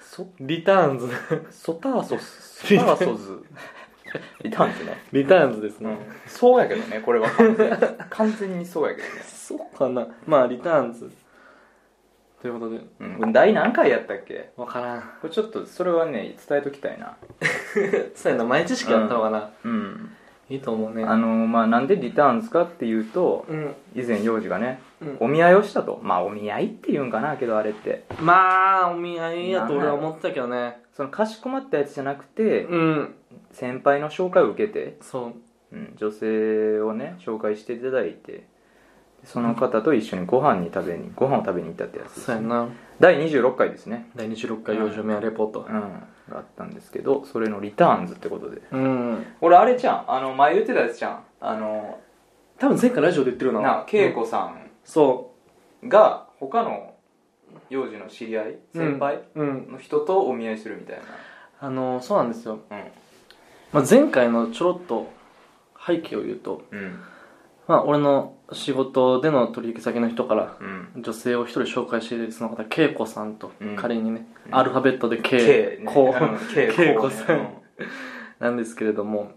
Speaker 1: ソ
Speaker 2: リターンズ。
Speaker 1: ソターソスソターソズリターンズね、
Speaker 2: リターンズです
Speaker 1: う
Speaker 2: ね
Speaker 1: ん。、そうやけどねこれは完全に完全にそうやけどね
Speaker 2: そうかな。まあ、リターンズ。ということで、
Speaker 1: うん、第何回やったっけ
Speaker 2: わからん。
Speaker 1: これちょっとそれはね伝えときたいな
Speaker 2: そうやな、前知識あったのかな。
Speaker 1: うん
Speaker 2: いいと思うね。
Speaker 1: あのまあなんでリターンズかっていうと
Speaker 2: うん。
Speaker 1: 以前幼児がね
Speaker 2: うん
Speaker 1: お見合いをしたとまあお見合いっていうんかなけどあれって
Speaker 2: まあ、お見合いやと俺は思ってたけどね。
Speaker 1: そのかしこまったやつじゃなくて
Speaker 2: うん。
Speaker 1: 先輩の紹介を受けて、
Speaker 2: そ
Speaker 1: う
Speaker 2: う。
Speaker 1: ん、女性をね紹介していただいてその方と一緒にご飯に食べにご飯を食べに行ったってやつです
Speaker 2: そうやな。
Speaker 1: 第26回ですね
Speaker 2: 第26回幼女目レポート
Speaker 1: う。んがあったんですけどそれのリターンズってことで
Speaker 2: うん。
Speaker 1: 俺あれちゃんあの前言ってたやつちゃんあの
Speaker 2: 多分前回ラジオで言ってるな。
Speaker 1: な恵子さん
Speaker 2: そ。
Speaker 1: が他の幼児の知り合いう先輩
Speaker 2: うんうん。
Speaker 1: の人とお見合いするみたい
Speaker 2: あの、そうなんですよ。
Speaker 1: な
Speaker 2: まあ、前回のちょろっと背景を言うと、
Speaker 1: うんうん
Speaker 2: まあ、俺の仕事での取引先の人から
Speaker 1: うん
Speaker 2: 女性を一人紹介しているその方恵子さんと、
Speaker 1: うん
Speaker 2: 仮にね、
Speaker 1: うん
Speaker 2: アルファベットで
Speaker 1: K ね
Speaker 2: 恵子
Speaker 1: うん K
Speaker 2: 恵
Speaker 1: こ
Speaker 2: 子
Speaker 1: うね
Speaker 2: さんなんですけれども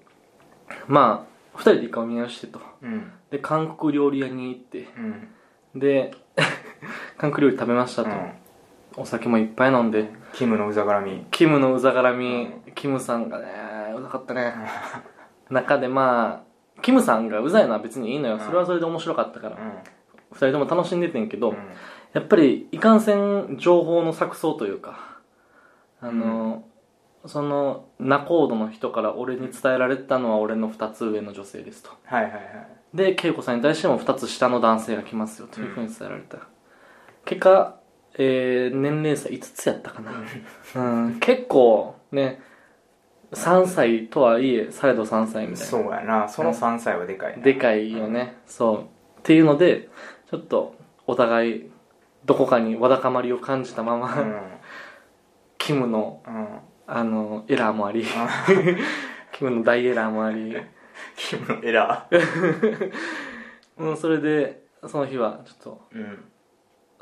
Speaker 2: まあ二人で一回お見合いをしてと
Speaker 1: うん
Speaker 2: で韓国料理屋に行って
Speaker 1: うん
Speaker 2: で 韓国料理食べました
Speaker 1: う
Speaker 2: と、
Speaker 1: ん
Speaker 2: お酒もいっぱい飲んで
Speaker 1: キムのうざがらみ
Speaker 2: キムのうざがらみ、
Speaker 1: う
Speaker 2: キムさんがねうざかったね中でまあキムさんがうざいのは別にいいのよそれはそれで面白かったから、
Speaker 1: う
Speaker 2: 二人とも楽しんでてんけど、
Speaker 1: ん
Speaker 2: やっぱりいかんせん情報の錯綜というかあの、その仲人の人から俺に伝えられたのは俺の2つ上の女性ですと
Speaker 1: はいはいはい
Speaker 2: で恵子さんに対しても2つ下の男性が来ますよというふうに伝えられた、結果、えー年齢差5つやったかな、うん、結構ね3歳とはいえされど3歳みたいな
Speaker 1: そうやなその3歳はでかいな
Speaker 2: でかいよね、そうっていうのでちょっとお互いどこかにわだかまりを感じたまま、
Speaker 1: うん
Speaker 2: キムの
Speaker 1: うん
Speaker 2: あのエラーもあり キムの大エラーもあり、
Speaker 1: キムのエラー
Speaker 2: うん、それでその日はちょっと
Speaker 1: うん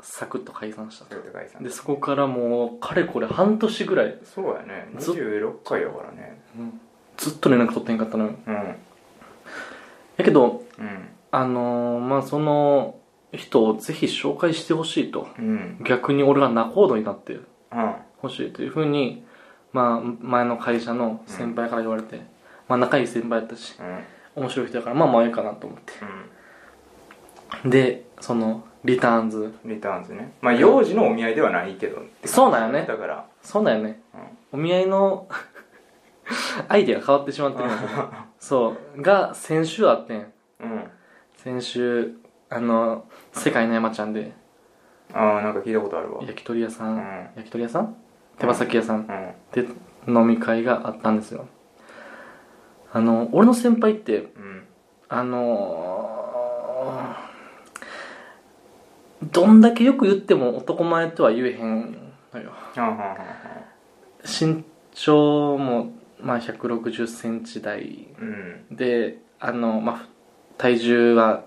Speaker 2: サクッと解散したと
Speaker 1: それで解散
Speaker 2: でそこからもうかれこれ半年ぐらい、
Speaker 1: そうやね
Speaker 2: ず
Speaker 1: 26回やからね
Speaker 2: ずっと連絡取ってへんかったのよ
Speaker 1: うん
Speaker 2: やけど
Speaker 1: うん
Speaker 2: あのーまあその人をぜひ紹介してほしいと
Speaker 1: うん
Speaker 2: 逆に俺が仲人になって
Speaker 1: うん
Speaker 2: ほしいというふうにまあ前の会社の先輩から言われて、まあ仲いい先輩やったし
Speaker 1: うん
Speaker 2: 面白い人やからまあまあいいかなと思ってでそのリターンズ
Speaker 1: リターンズねまあ幼児のお見合いではないけどって感じ
Speaker 2: そうなんよね
Speaker 1: だから
Speaker 2: そうだよね、お見合いの アイデアが変わってしまってるんだけどそうが先週あってん
Speaker 1: うん
Speaker 2: 先週あの「世界の山ちゃん」で
Speaker 1: ああなんか聞いたことあるわ
Speaker 2: 焼き鳥屋さん、
Speaker 1: うん
Speaker 2: 焼き鳥屋さん手羽先屋さん
Speaker 1: うん
Speaker 2: で飲み会があったんですよあの俺の先輩って
Speaker 1: うん
Speaker 2: あのーどんだけよく言っても男前とは言えへんのよ
Speaker 1: あはんはんはんは
Speaker 2: 身長も、まあ、1 6 0センチ台
Speaker 1: んうん
Speaker 2: であの、まあ、ふ体重は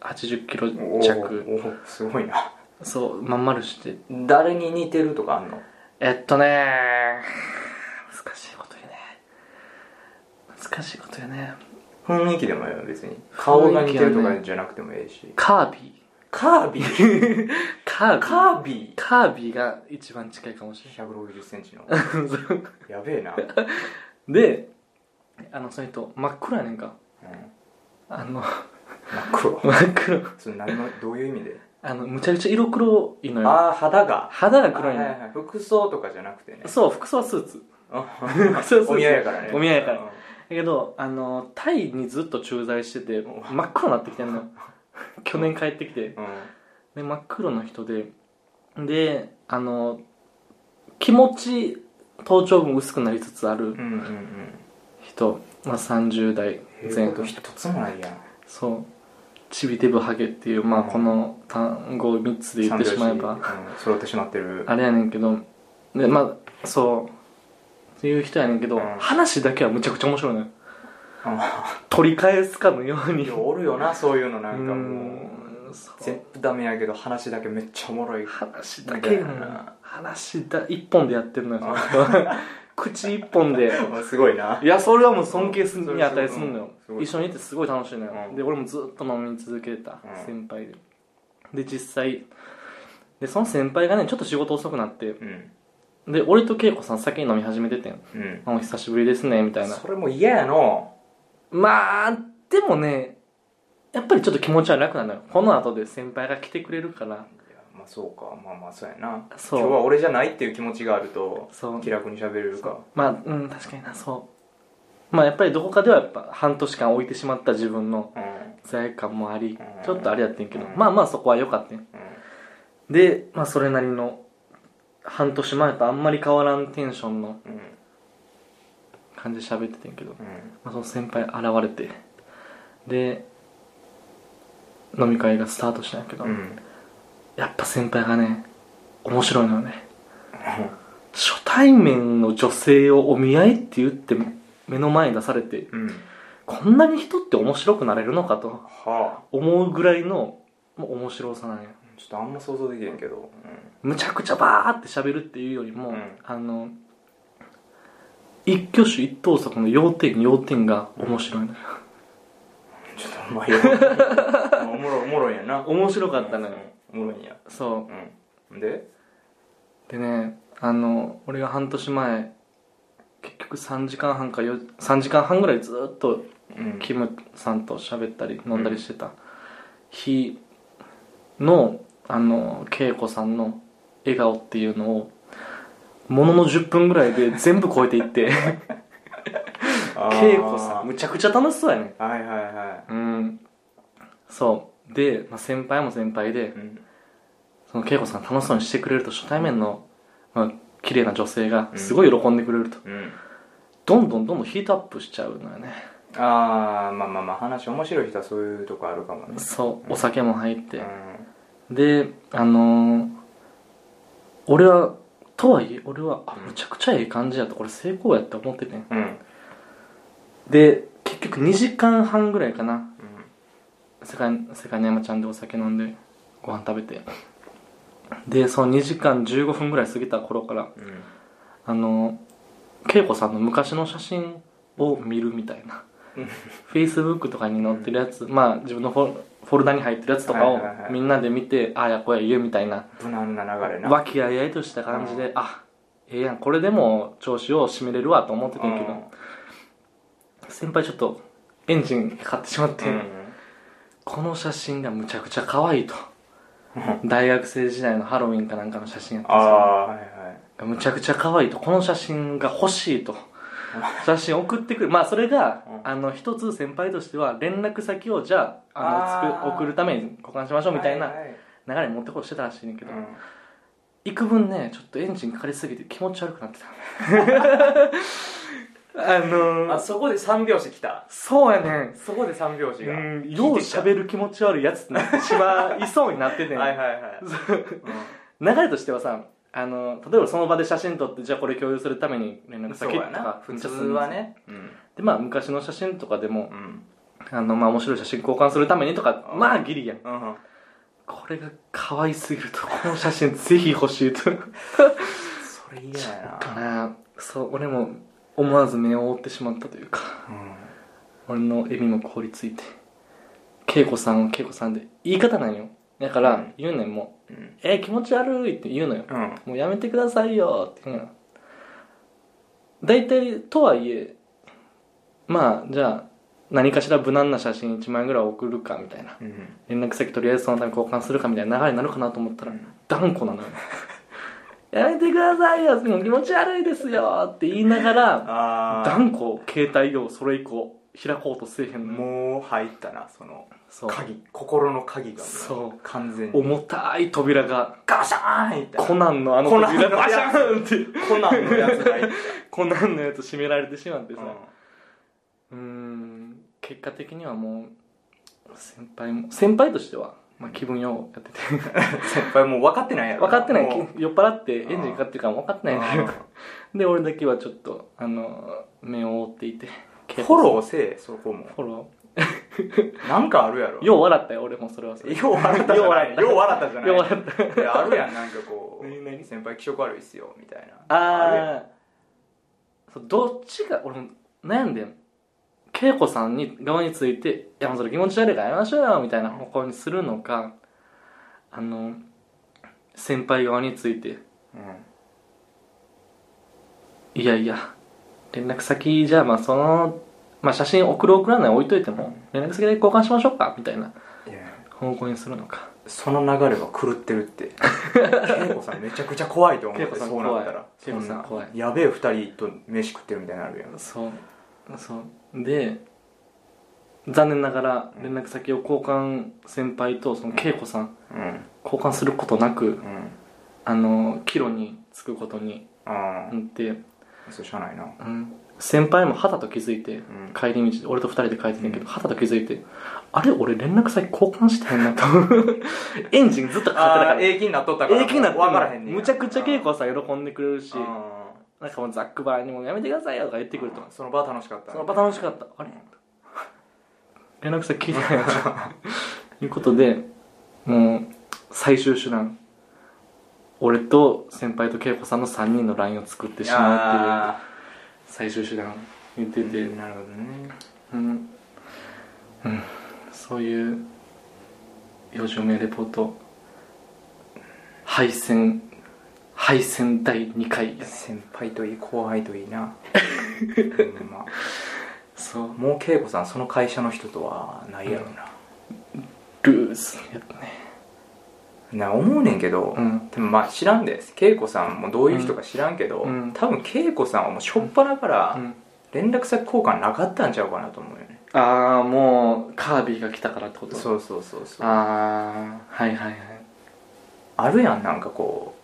Speaker 2: 8 0キロ
Speaker 1: お
Speaker 2: 弱
Speaker 1: おおすごいな
Speaker 2: そうまん丸して
Speaker 1: 誰に似てるとかあんの
Speaker 2: えっとね難しいこと言うね難しいこと言うね
Speaker 1: 雰囲気でもいいよ別に顔が似てるとかじゃなくてもええし、
Speaker 2: カービィ
Speaker 1: カービィ
Speaker 2: カービィ
Speaker 1: カービィ
Speaker 2: カービィが一番近いかもしれない
Speaker 1: 1 6 0ンチの
Speaker 2: そう
Speaker 1: やべえな、
Speaker 2: であのその人真っ黒やねんか
Speaker 1: うん、
Speaker 2: あの
Speaker 1: 真っ黒
Speaker 2: 真っ黒
Speaker 1: それ何のどういう意味で
Speaker 2: あのむちゃくちゃ色黒いのよ
Speaker 1: ああ肌が
Speaker 2: 肌が黒いの
Speaker 1: あ
Speaker 2: よ、
Speaker 1: はいはい服装とかじゃなくてね
Speaker 2: そう服装はスーツ
Speaker 1: あ
Speaker 2: そうそうそう
Speaker 1: お見合いやからね
Speaker 2: お見合いやからだけどあのタイにずっと駐在してて真っ黒になってきてん のよ去年帰ってきて
Speaker 1: うん
Speaker 2: で真っ黒の人でであの気持ち頭頂部も薄くなりつつあ
Speaker 1: う
Speaker 2: る
Speaker 1: んうんうん
Speaker 2: 人、まあ、30代
Speaker 1: 言
Speaker 2: 前
Speaker 1: うこと
Speaker 2: 半
Speaker 1: 一つもないやん
Speaker 2: そう「ちびデブハゲ」っていう、まあ、
Speaker 1: うん
Speaker 2: この単語を3つで言ってしまえば
Speaker 1: 三拍子うん、揃ってしまってる
Speaker 2: あれやねんけどでまあそうっていう人やねんけど、
Speaker 1: うん
Speaker 2: 話だけはむちゃくちゃ面白いのよ
Speaker 1: あ
Speaker 2: 取り返すかのよう
Speaker 1: ー
Speaker 2: に
Speaker 1: いやおるよなそういうのなんか
Speaker 2: う
Speaker 1: も
Speaker 2: ーんそう
Speaker 1: う全部ダメやけど話だけめっちゃおもろい
Speaker 2: 話だけ
Speaker 1: みたいな
Speaker 2: 話だ一本でやってるのよ 口一本で
Speaker 1: あすごいない
Speaker 2: やそれはもう尊敬する
Speaker 1: うん
Speaker 2: に値するのよ
Speaker 1: それすごい
Speaker 2: 一緒にいてすごい楽しいのよ、
Speaker 1: うん
Speaker 2: で俺もずっと飲み続けてた
Speaker 1: うん
Speaker 2: 先輩でで実際でその先輩がねちょっと仕事遅くなって
Speaker 1: うん
Speaker 2: で俺と恵子さん酒飲み始めててん
Speaker 1: うん
Speaker 2: 「あお久しぶりですね」みたいな
Speaker 1: それも嫌やの
Speaker 2: まあでもねやっぱりちょっと気持ちは楽なのよこの後で先輩が来てくれるから
Speaker 1: いやまあそうかまあまあそうやな
Speaker 2: そ
Speaker 1: 今
Speaker 2: う
Speaker 1: 日は俺じゃないっていう気持ちがあると
Speaker 2: そう
Speaker 1: 気楽に喋れるか
Speaker 2: まあうん確かになそうまあやっぱりどこかではやっぱ半年間置いてしまった自分の
Speaker 1: うん
Speaker 2: 罪悪感もあり
Speaker 1: うん
Speaker 2: ちょっとあれやってんけど
Speaker 1: うん
Speaker 2: まあまあそこは良かったん
Speaker 1: うん
Speaker 2: でまあそれなりの半年前とあんまり変わらんテンションの
Speaker 1: うん
Speaker 2: 感じで喋っててんけど、
Speaker 1: うん
Speaker 2: まあ、その先輩現れてで飲み会がスタートしたんやけど、
Speaker 1: うん
Speaker 2: やっぱ先輩がね面白いのよね初対面の女性をお見合いって言って目の前に出されて
Speaker 1: うん
Speaker 2: こんなに人って面白くなれるのかと
Speaker 1: はあ
Speaker 2: 思うぐらいのもう面白さなんや
Speaker 1: ちょっとあんま想像できへんけど
Speaker 2: むちゃくちゃバーって喋るっていうよりも、
Speaker 1: うん
Speaker 2: あの一挙手一投足の要点要点が面白いのよ、
Speaker 1: うんちょっとあんまり まあおもろおもろいんやな
Speaker 2: 面白かったのよ、
Speaker 1: うんおもろいんや
Speaker 2: そ
Speaker 1: うんで
Speaker 2: うでねあの俺が半年前結局3時間半かよ3時間半ぐらいずっと
Speaker 1: うん
Speaker 2: キムさんと喋ったり飲んだりしてた日のあの恵子さんの笑顔っていうのをものの10分ぐらいで全部超えていって
Speaker 1: あー
Speaker 2: 恵子さんむちゃくちゃ楽しそうやね
Speaker 1: はいはいは
Speaker 2: うんそうで、まあ、先輩も先輩で
Speaker 1: いうん
Speaker 2: その恵子さんが楽しそうにしてくれると初対面の、まあ綺麗な女性がすごい喜んでくれると、
Speaker 1: うん
Speaker 2: どんどんどんどんヒートアップしちゃうのよね
Speaker 1: ああまあまあまあ話面白い人はそういうとこあるかもね
Speaker 2: そうお酒も入って、
Speaker 1: うん
Speaker 2: であのー俺はとはいえ俺はあ
Speaker 1: うん
Speaker 2: むちゃくちゃええ感じやとこれ成功やって思っててん
Speaker 1: うん
Speaker 2: で結局2時間半ぐらいかな世界世界の山ちゃんでお酒飲んでご飯食べてでその2時間15分ぐらい過ぎた頃から
Speaker 1: うん
Speaker 2: あの恵子さんの昔の写真を見るみたいな
Speaker 1: うん
Speaker 2: フェイスブックとかに載ってるやつ、まあ自分のフォルフォルダに入ってるやつとか
Speaker 1: は
Speaker 2: を
Speaker 1: いはいはい
Speaker 2: みんなで見て、ああやこや言うみたいな
Speaker 1: 無難な流れな
Speaker 2: 和気あいあいとした感じで、あええやんこれでも調子を締めれるわと思ってたんやけど、先輩ちょっとエンジン買ってしまって、
Speaker 1: うん
Speaker 2: この写真がむちゃくちゃ可愛いと
Speaker 1: う
Speaker 2: 大学生時代のハロウィンかなんかの写真やっ
Speaker 1: あ
Speaker 2: たんですよ
Speaker 1: あはいはい
Speaker 2: むちゃくちゃ可愛いとこの写真が欲しいと写真送ってくるまあそれが、
Speaker 1: うん
Speaker 2: あの一つ先輩としては連絡先をじゃああ
Speaker 1: あ
Speaker 2: のつ
Speaker 1: ー
Speaker 2: く送るために交換しましょうみたいな
Speaker 1: ははい
Speaker 2: 流れに持ってこうしてたらしいねんけ
Speaker 1: う
Speaker 2: ど、
Speaker 1: ん
Speaker 2: 幾分ねちょっとエンジンかかりすぎて気持ち悪くなってたあのー、
Speaker 1: あそこで3拍子きた
Speaker 2: そうやね
Speaker 1: そこで3拍子が
Speaker 2: んよう喋る気持ち悪いやつになってしまいそうになってて、
Speaker 1: るはいはいはいうん
Speaker 2: 流れとしてはさあの例えばその場で写真撮ってじゃあこれ共有するために連絡
Speaker 1: そ
Speaker 2: 先
Speaker 1: う
Speaker 2: と
Speaker 1: やな
Speaker 2: か
Speaker 1: 普通はねうん
Speaker 2: でまあ昔の写真とかでも
Speaker 1: うん
Speaker 2: あのまあ面白い写真交換するためにとか
Speaker 1: うん
Speaker 2: まあギリやん
Speaker 1: うん
Speaker 2: これが可愛すぎるとこの写真ぜひ欲しい と
Speaker 1: それ嫌や
Speaker 2: かなそう俺も思わず目を覆ってしまったというか
Speaker 1: な
Speaker 2: 俺のエビも凍りついて恵子さんを恵子さんで言い方なんよだか
Speaker 1: う
Speaker 2: ら
Speaker 1: ん
Speaker 2: 言うねんも
Speaker 1: うん
Speaker 2: う「えー、気持ち悪い」って言うのよ
Speaker 1: うんうん
Speaker 2: もうやめてくださいよっていうの大体とはいえまあじゃあ何かしら無難な写真1枚ぐらい送るかみたいな
Speaker 1: うん
Speaker 2: 連絡先とりあえずそのため交換するかみたいな流れになるかなと思ったら
Speaker 1: うん
Speaker 2: 断固なのよ やめてくださいよもう気持ち悪いですよって言いながら
Speaker 1: あ
Speaker 2: 断固携帯をそれ以降開こうとせえへ
Speaker 1: あ
Speaker 2: んのよ
Speaker 1: もう入ったなその
Speaker 2: そう
Speaker 1: 鍵心の鍵がも
Speaker 2: そう
Speaker 1: 完全に
Speaker 2: 重たい扉が
Speaker 1: ガシャーンいった
Speaker 2: コナンのあの
Speaker 1: コナンの
Speaker 2: 扉
Speaker 1: やつ
Speaker 2: バシャーンって
Speaker 1: コナンのやつがいっ
Speaker 2: コナンのやつ閉められてしまっ
Speaker 1: て
Speaker 2: てさ、
Speaker 1: さ
Speaker 2: うーん結果的にはもう先輩も先輩としては、まあ、気分ようやって て
Speaker 1: 先輩もう分かってないやろ
Speaker 2: 分かってない
Speaker 1: もう
Speaker 2: 酔っ払ってエンジンかかってるから分かってないのよで俺だけはちょっとあの目を覆っていて
Speaker 1: フォ
Speaker 2: ー
Speaker 1: ローせえそこも
Speaker 2: フォロ
Speaker 1: なんかあるやろ
Speaker 2: ーよう笑ったよ俺もそれはそれ
Speaker 1: よう笑ったじゃないよう笑ったじゃない
Speaker 2: よう笑った
Speaker 1: いやあるやんなんかこ う
Speaker 2: 何何
Speaker 1: 先輩気色悪いっすよみたいなるやん
Speaker 2: ああそうどっちが俺も悩んでん恵子さんに側について「いやもうそれ気持ち悪いからやめましょうよ」みたいな方向にするのかあの先輩側について
Speaker 1: うん
Speaker 2: 「いやいや連絡先じゃあまあその、まあ、写真送る送らない置いといても連絡先で交換しましょうか」みたいない
Speaker 1: や
Speaker 2: 方向にするのか
Speaker 1: その流れは狂ってるって恵子さんめちゃくちゃ怖いと思って
Speaker 2: 恵子さん
Speaker 1: そうなったら
Speaker 2: 怖い恵子さん
Speaker 1: そ
Speaker 2: 怖い
Speaker 1: やべえ二人と飯食ってるみたいになるやん
Speaker 2: そうそうで残念ながら連絡先を交換先輩とその恵子さん
Speaker 1: うん
Speaker 2: 交換することなく
Speaker 1: うん
Speaker 2: あの帰路に着くことに
Speaker 1: あ
Speaker 2: なって、
Speaker 1: あそうしゃあないな
Speaker 2: うん、先輩も肌と気づいて、
Speaker 1: ん
Speaker 2: 帰り道で俺と二人で帰ってたんやけど、
Speaker 1: うん
Speaker 2: 肌と気づいてあれ俺連絡先交換してへんなと エンジンずっとかかってたか
Speaker 1: あ
Speaker 2: ら
Speaker 1: あ
Speaker 2: え
Speaker 1: 永久になっとったから
Speaker 2: え気になってんの
Speaker 1: 分からへんねん
Speaker 2: むちゃくちゃ恵子さん喜んでくれるし
Speaker 1: あ
Speaker 2: なんかもうザックバーにも「やめてくださいよ」とか言ってくると
Speaker 1: ーその場楽しかった
Speaker 2: その場楽しかったあれ連絡先聞いてないなということでもう最終手段俺と先輩と恵子さんの3人の LINE を作ってしまうっていう
Speaker 1: あ
Speaker 2: 最終手段言って
Speaker 1: ー
Speaker 2: て
Speaker 1: なるほどね
Speaker 2: うん、うん、そういう4条目レポート敗戦敗戦第2回やね
Speaker 1: 先輩といい後輩といいな ほんま
Speaker 2: そう
Speaker 1: もう恵子さんその会社の人とはないやろな、
Speaker 2: ルーズやったね
Speaker 1: な思うねんけど、
Speaker 2: うん
Speaker 1: でもまあ知らんで恵子さんもどういう人か知らんけど、
Speaker 2: うん
Speaker 1: 多分恵子さんはもう初っ端か
Speaker 2: う
Speaker 1: ら
Speaker 2: ん
Speaker 1: 連絡先交換なかったんちゃうかなと思うよね、
Speaker 2: ああもうカービィが来たからってこと
Speaker 1: そうそうそうそうあ
Speaker 2: ああはいはいはい
Speaker 1: るやんなんかこ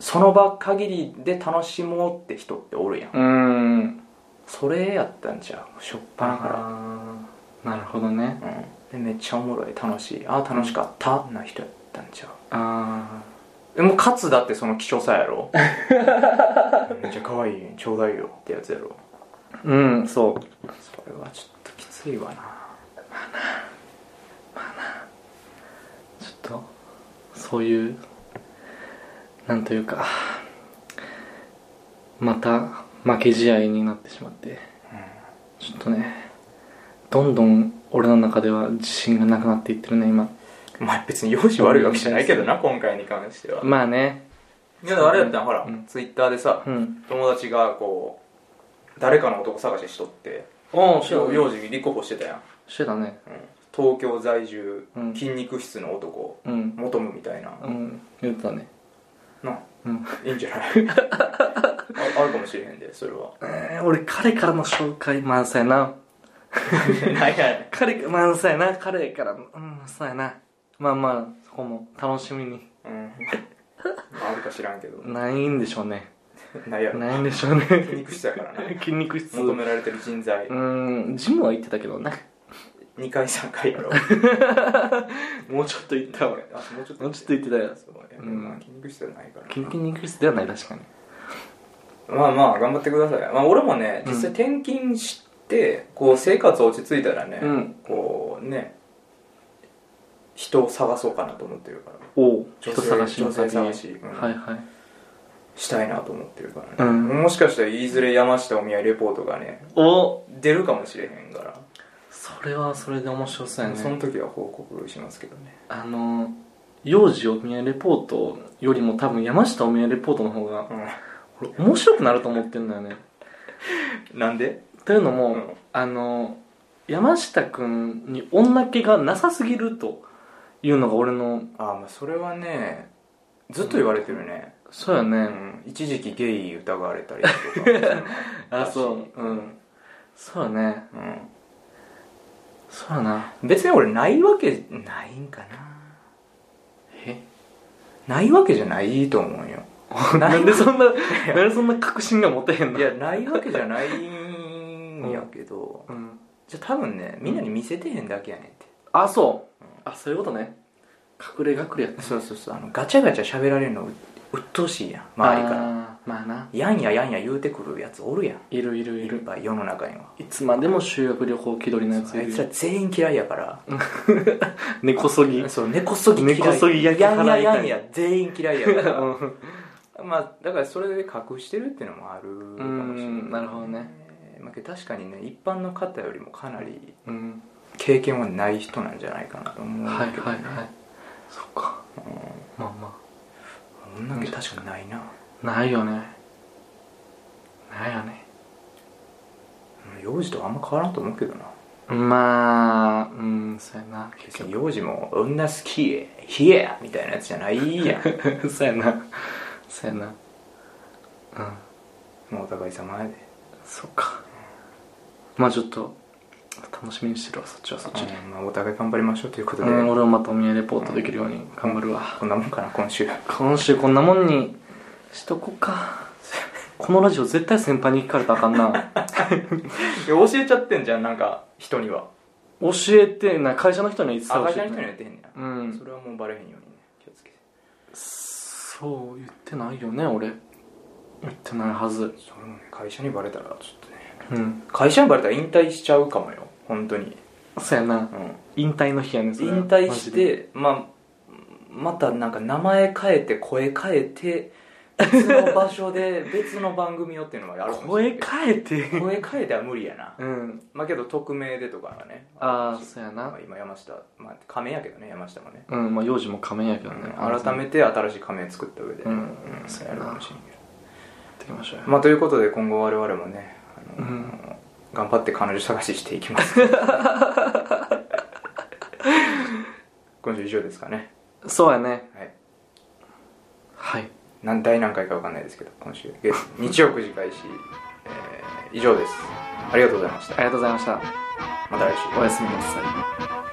Speaker 1: うその場限りで楽しもうって人っておるやん、
Speaker 2: うーん
Speaker 1: それやったんちゃう初っ端か
Speaker 2: あーなるほどね
Speaker 1: ら、うん、でめっちゃおもろい楽しいああ楽しかった、な人やったんちゃう
Speaker 2: あ
Speaker 1: でも勝つだってその希少さや ろめっちゃ可愛いちょうだいよってやつやろ
Speaker 2: あうんそう
Speaker 1: それはちょっときついわな
Speaker 2: ちょっとそういうなんというかまた負け試合になってしまってちょっとねどんどん俺の中では自信がなくなっていってるね今
Speaker 1: まあ別に容姿悪いわけじゃないけどな今回に関しては
Speaker 2: まあね
Speaker 1: いやあれだったのほら、
Speaker 2: うん
Speaker 1: ツイッターでさ、
Speaker 2: うん
Speaker 1: 友達がこう誰かの男探ししとって
Speaker 2: ああ
Speaker 1: 幼児に立候補してたやん、
Speaker 2: してたね
Speaker 1: うん東京在住、
Speaker 2: うん
Speaker 1: 筋肉質の男
Speaker 2: うん
Speaker 1: 求むみたいな、
Speaker 2: うん言ってたね
Speaker 1: な
Speaker 2: うん
Speaker 1: いいんじゃない ああるかもしれへんでそれは
Speaker 2: えー俺彼からの紹介満載やな
Speaker 1: ないやね
Speaker 2: 彼まあそうやな彼からのうんそうやなまあまあそこも楽しみに
Speaker 1: んうんあるか知らんけど
Speaker 2: ないんでしょうね
Speaker 1: ないやろ
Speaker 2: ないんでしょうね
Speaker 1: 筋 肉質やからな
Speaker 2: 筋肉質
Speaker 1: 求
Speaker 2: う
Speaker 1: められてる人材
Speaker 2: ーんジムは行ってたけどね
Speaker 1: 2回3回やろ
Speaker 2: もうちょっと行った俺
Speaker 1: あもうちょっと
Speaker 2: もうちょっと言ってたよ
Speaker 1: そうや
Speaker 2: うん
Speaker 1: まあ筋肉質じゃないから
Speaker 2: 筋肉質ではない確かに
Speaker 1: まあまあ頑張ってください、まあ、俺もね
Speaker 2: うん
Speaker 1: 実際転勤してこう生活落ち着いたらね、
Speaker 2: うん
Speaker 1: こうね人を探そうかなと思ってるから
Speaker 2: おう
Speaker 1: 女
Speaker 2: 人
Speaker 1: 性
Speaker 2: 探しの
Speaker 1: 女性
Speaker 2: 旅
Speaker 1: 探しうん
Speaker 2: はいはい
Speaker 1: したいなと思ってるからね、
Speaker 2: う
Speaker 1: もしかしたらいずれ山下お見合いレポートがね
Speaker 2: お
Speaker 1: 出るかもしれへんから、
Speaker 2: それはそれで面白そうや
Speaker 1: その
Speaker 2: ね
Speaker 1: 時は報告しますけどね
Speaker 2: あの幼児お見合いレポートよりも多分山下お見合いレポートの方が俺面白くなると思ってんだよね
Speaker 1: うんなんで
Speaker 2: というのも、
Speaker 1: うん
Speaker 2: あの山下君に女気がなさすぎるというのが俺の
Speaker 1: ああまあそれはねずっと言われてるね、
Speaker 2: そうやね、
Speaker 1: うん一時期ゲイ疑われたりとかそういうの もあったし
Speaker 2: うんそうやね
Speaker 1: うん
Speaker 2: そうやな
Speaker 1: 別に俺ないわけないんかな
Speaker 2: え
Speaker 1: ないわけじゃないと思うよ
Speaker 2: なんでそんななんでそんな確信が持てへんの
Speaker 1: いやないわけじゃないんやけど、
Speaker 2: うん
Speaker 1: じゃあ多分ねみんなに見せてへんだけやねんって、
Speaker 2: あそう、あそういうことね隠れ隠れやった
Speaker 1: そうそうそうあのガチャガチャ喋られるのう鬱陶しいやん周りから
Speaker 2: らまあな
Speaker 1: やんややんや言うてくるやつおるやん
Speaker 2: いるいる
Speaker 1: い
Speaker 2: い
Speaker 1: っ
Speaker 2: る
Speaker 1: ぱい世の中にはい
Speaker 2: つまでも修学旅行気取りのやつ
Speaker 1: あい
Speaker 2: いる
Speaker 1: つら
Speaker 2: よ
Speaker 1: 全員嫌いやから
Speaker 2: 根こそぎ
Speaker 1: そう根こそぎ嫌い
Speaker 2: 根こそぎ焼き
Speaker 1: やんや
Speaker 2: 払いたい
Speaker 1: やんや全員嫌いやから
Speaker 2: うん
Speaker 1: まあだからそれで隠してるっていうのもあるかもしれない、
Speaker 2: うんなるほどね
Speaker 1: まあ、けど確かにね一般の方よりもかなり
Speaker 2: うん
Speaker 1: 経験はない人なんじゃないかなと思うけど、
Speaker 2: はいはいはいそっかまあま
Speaker 1: うん女毛確かにないな、
Speaker 2: あないよねないよね
Speaker 1: うん幼児とあんま変わらんと思うけどな
Speaker 2: まあうんそうやな
Speaker 1: 別に幼児も女好きえ冷えやみたいなやつじゃないやん
Speaker 2: そうやなそうやなうん
Speaker 1: もうお互い様やで、
Speaker 2: そっかまあちょっと楽しみにしてるわそっちはそっちで、
Speaker 1: うんまあ、お互い頑張りましょうということ
Speaker 2: う
Speaker 1: で、
Speaker 2: ん、俺もまたお見合いレポートできるように頑張るわ、
Speaker 1: こんなもんかな今週
Speaker 2: 今週こんなもんにしとこうかこのラジオ絶対先輩に聞かれたらあかん な
Speaker 1: 教えちゃってんじゃんなんか人には
Speaker 2: 教えてない会社の人には一切
Speaker 1: あ
Speaker 2: 教
Speaker 1: 会
Speaker 2: えて
Speaker 1: 社の人
Speaker 2: な
Speaker 1: にはい言ってへんねや、
Speaker 2: うん
Speaker 1: それはもうバレへんようにね気をつけて
Speaker 2: そう言ってないよね俺言ってないはず
Speaker 1: それもね会社にバレたらちょっとね
Speaker 2: うん
Speaker 1: 会社にバレたら引退しちゃうかもよ本当に、
Speaker 2: そうやな
Speaker 1: うん、
Speaker 2: 引退の日やねそれは
Speaker 1: 引退
Speaker 2: マ
Speaker 1: し
Speaker 2: ジで
Speaker 1: てまあまたなんか名前変えて声変えて別の場所 で別の番組をっていうのはあるかもしれ
Speaker 2: 声
Speaker 1: んけ
Speaker 2: 変えて
Speaker 1: ど声変えては無理やな
Speaker 2: うん
Speaker 1: まあけど匿名でとかはね
Speaker 2: あ
Speaker 1: る
Speaker 2: あ
Speaker 1: し
Speaker 2: そうや
Speaker 1: ま
Speaker 2: な
Speaker 1: あ今山下まあ仮名やけどね山下もね、
Speaker 2: うんまあ幼児も仮面やけどね
Speaker 1: 改めて新しい仮名作った上で、
Speaker 2: うん
Speaker 1: それやるかもしれんけ
Speaker 2: ていきましょう
Speaker 1: どまあということで今後我々もねあの、
Speaker 2: うん
Speaker 1: 頑張って彼女探ししていきます今週以上ですかね
Speaker 2: そうやね
Speaker 1: はい
Speaker 2: はい
Speaker 1: 何第何回か分かんないですけど今週月日曜9時開始、えー以上ですありがとうございまし
Speaker 2: あ
Speaker 1: た
Speaker 2: りがとうございました
Speaker 1: また来週
Speaker 2: おやすみなさい
Speaker 1: お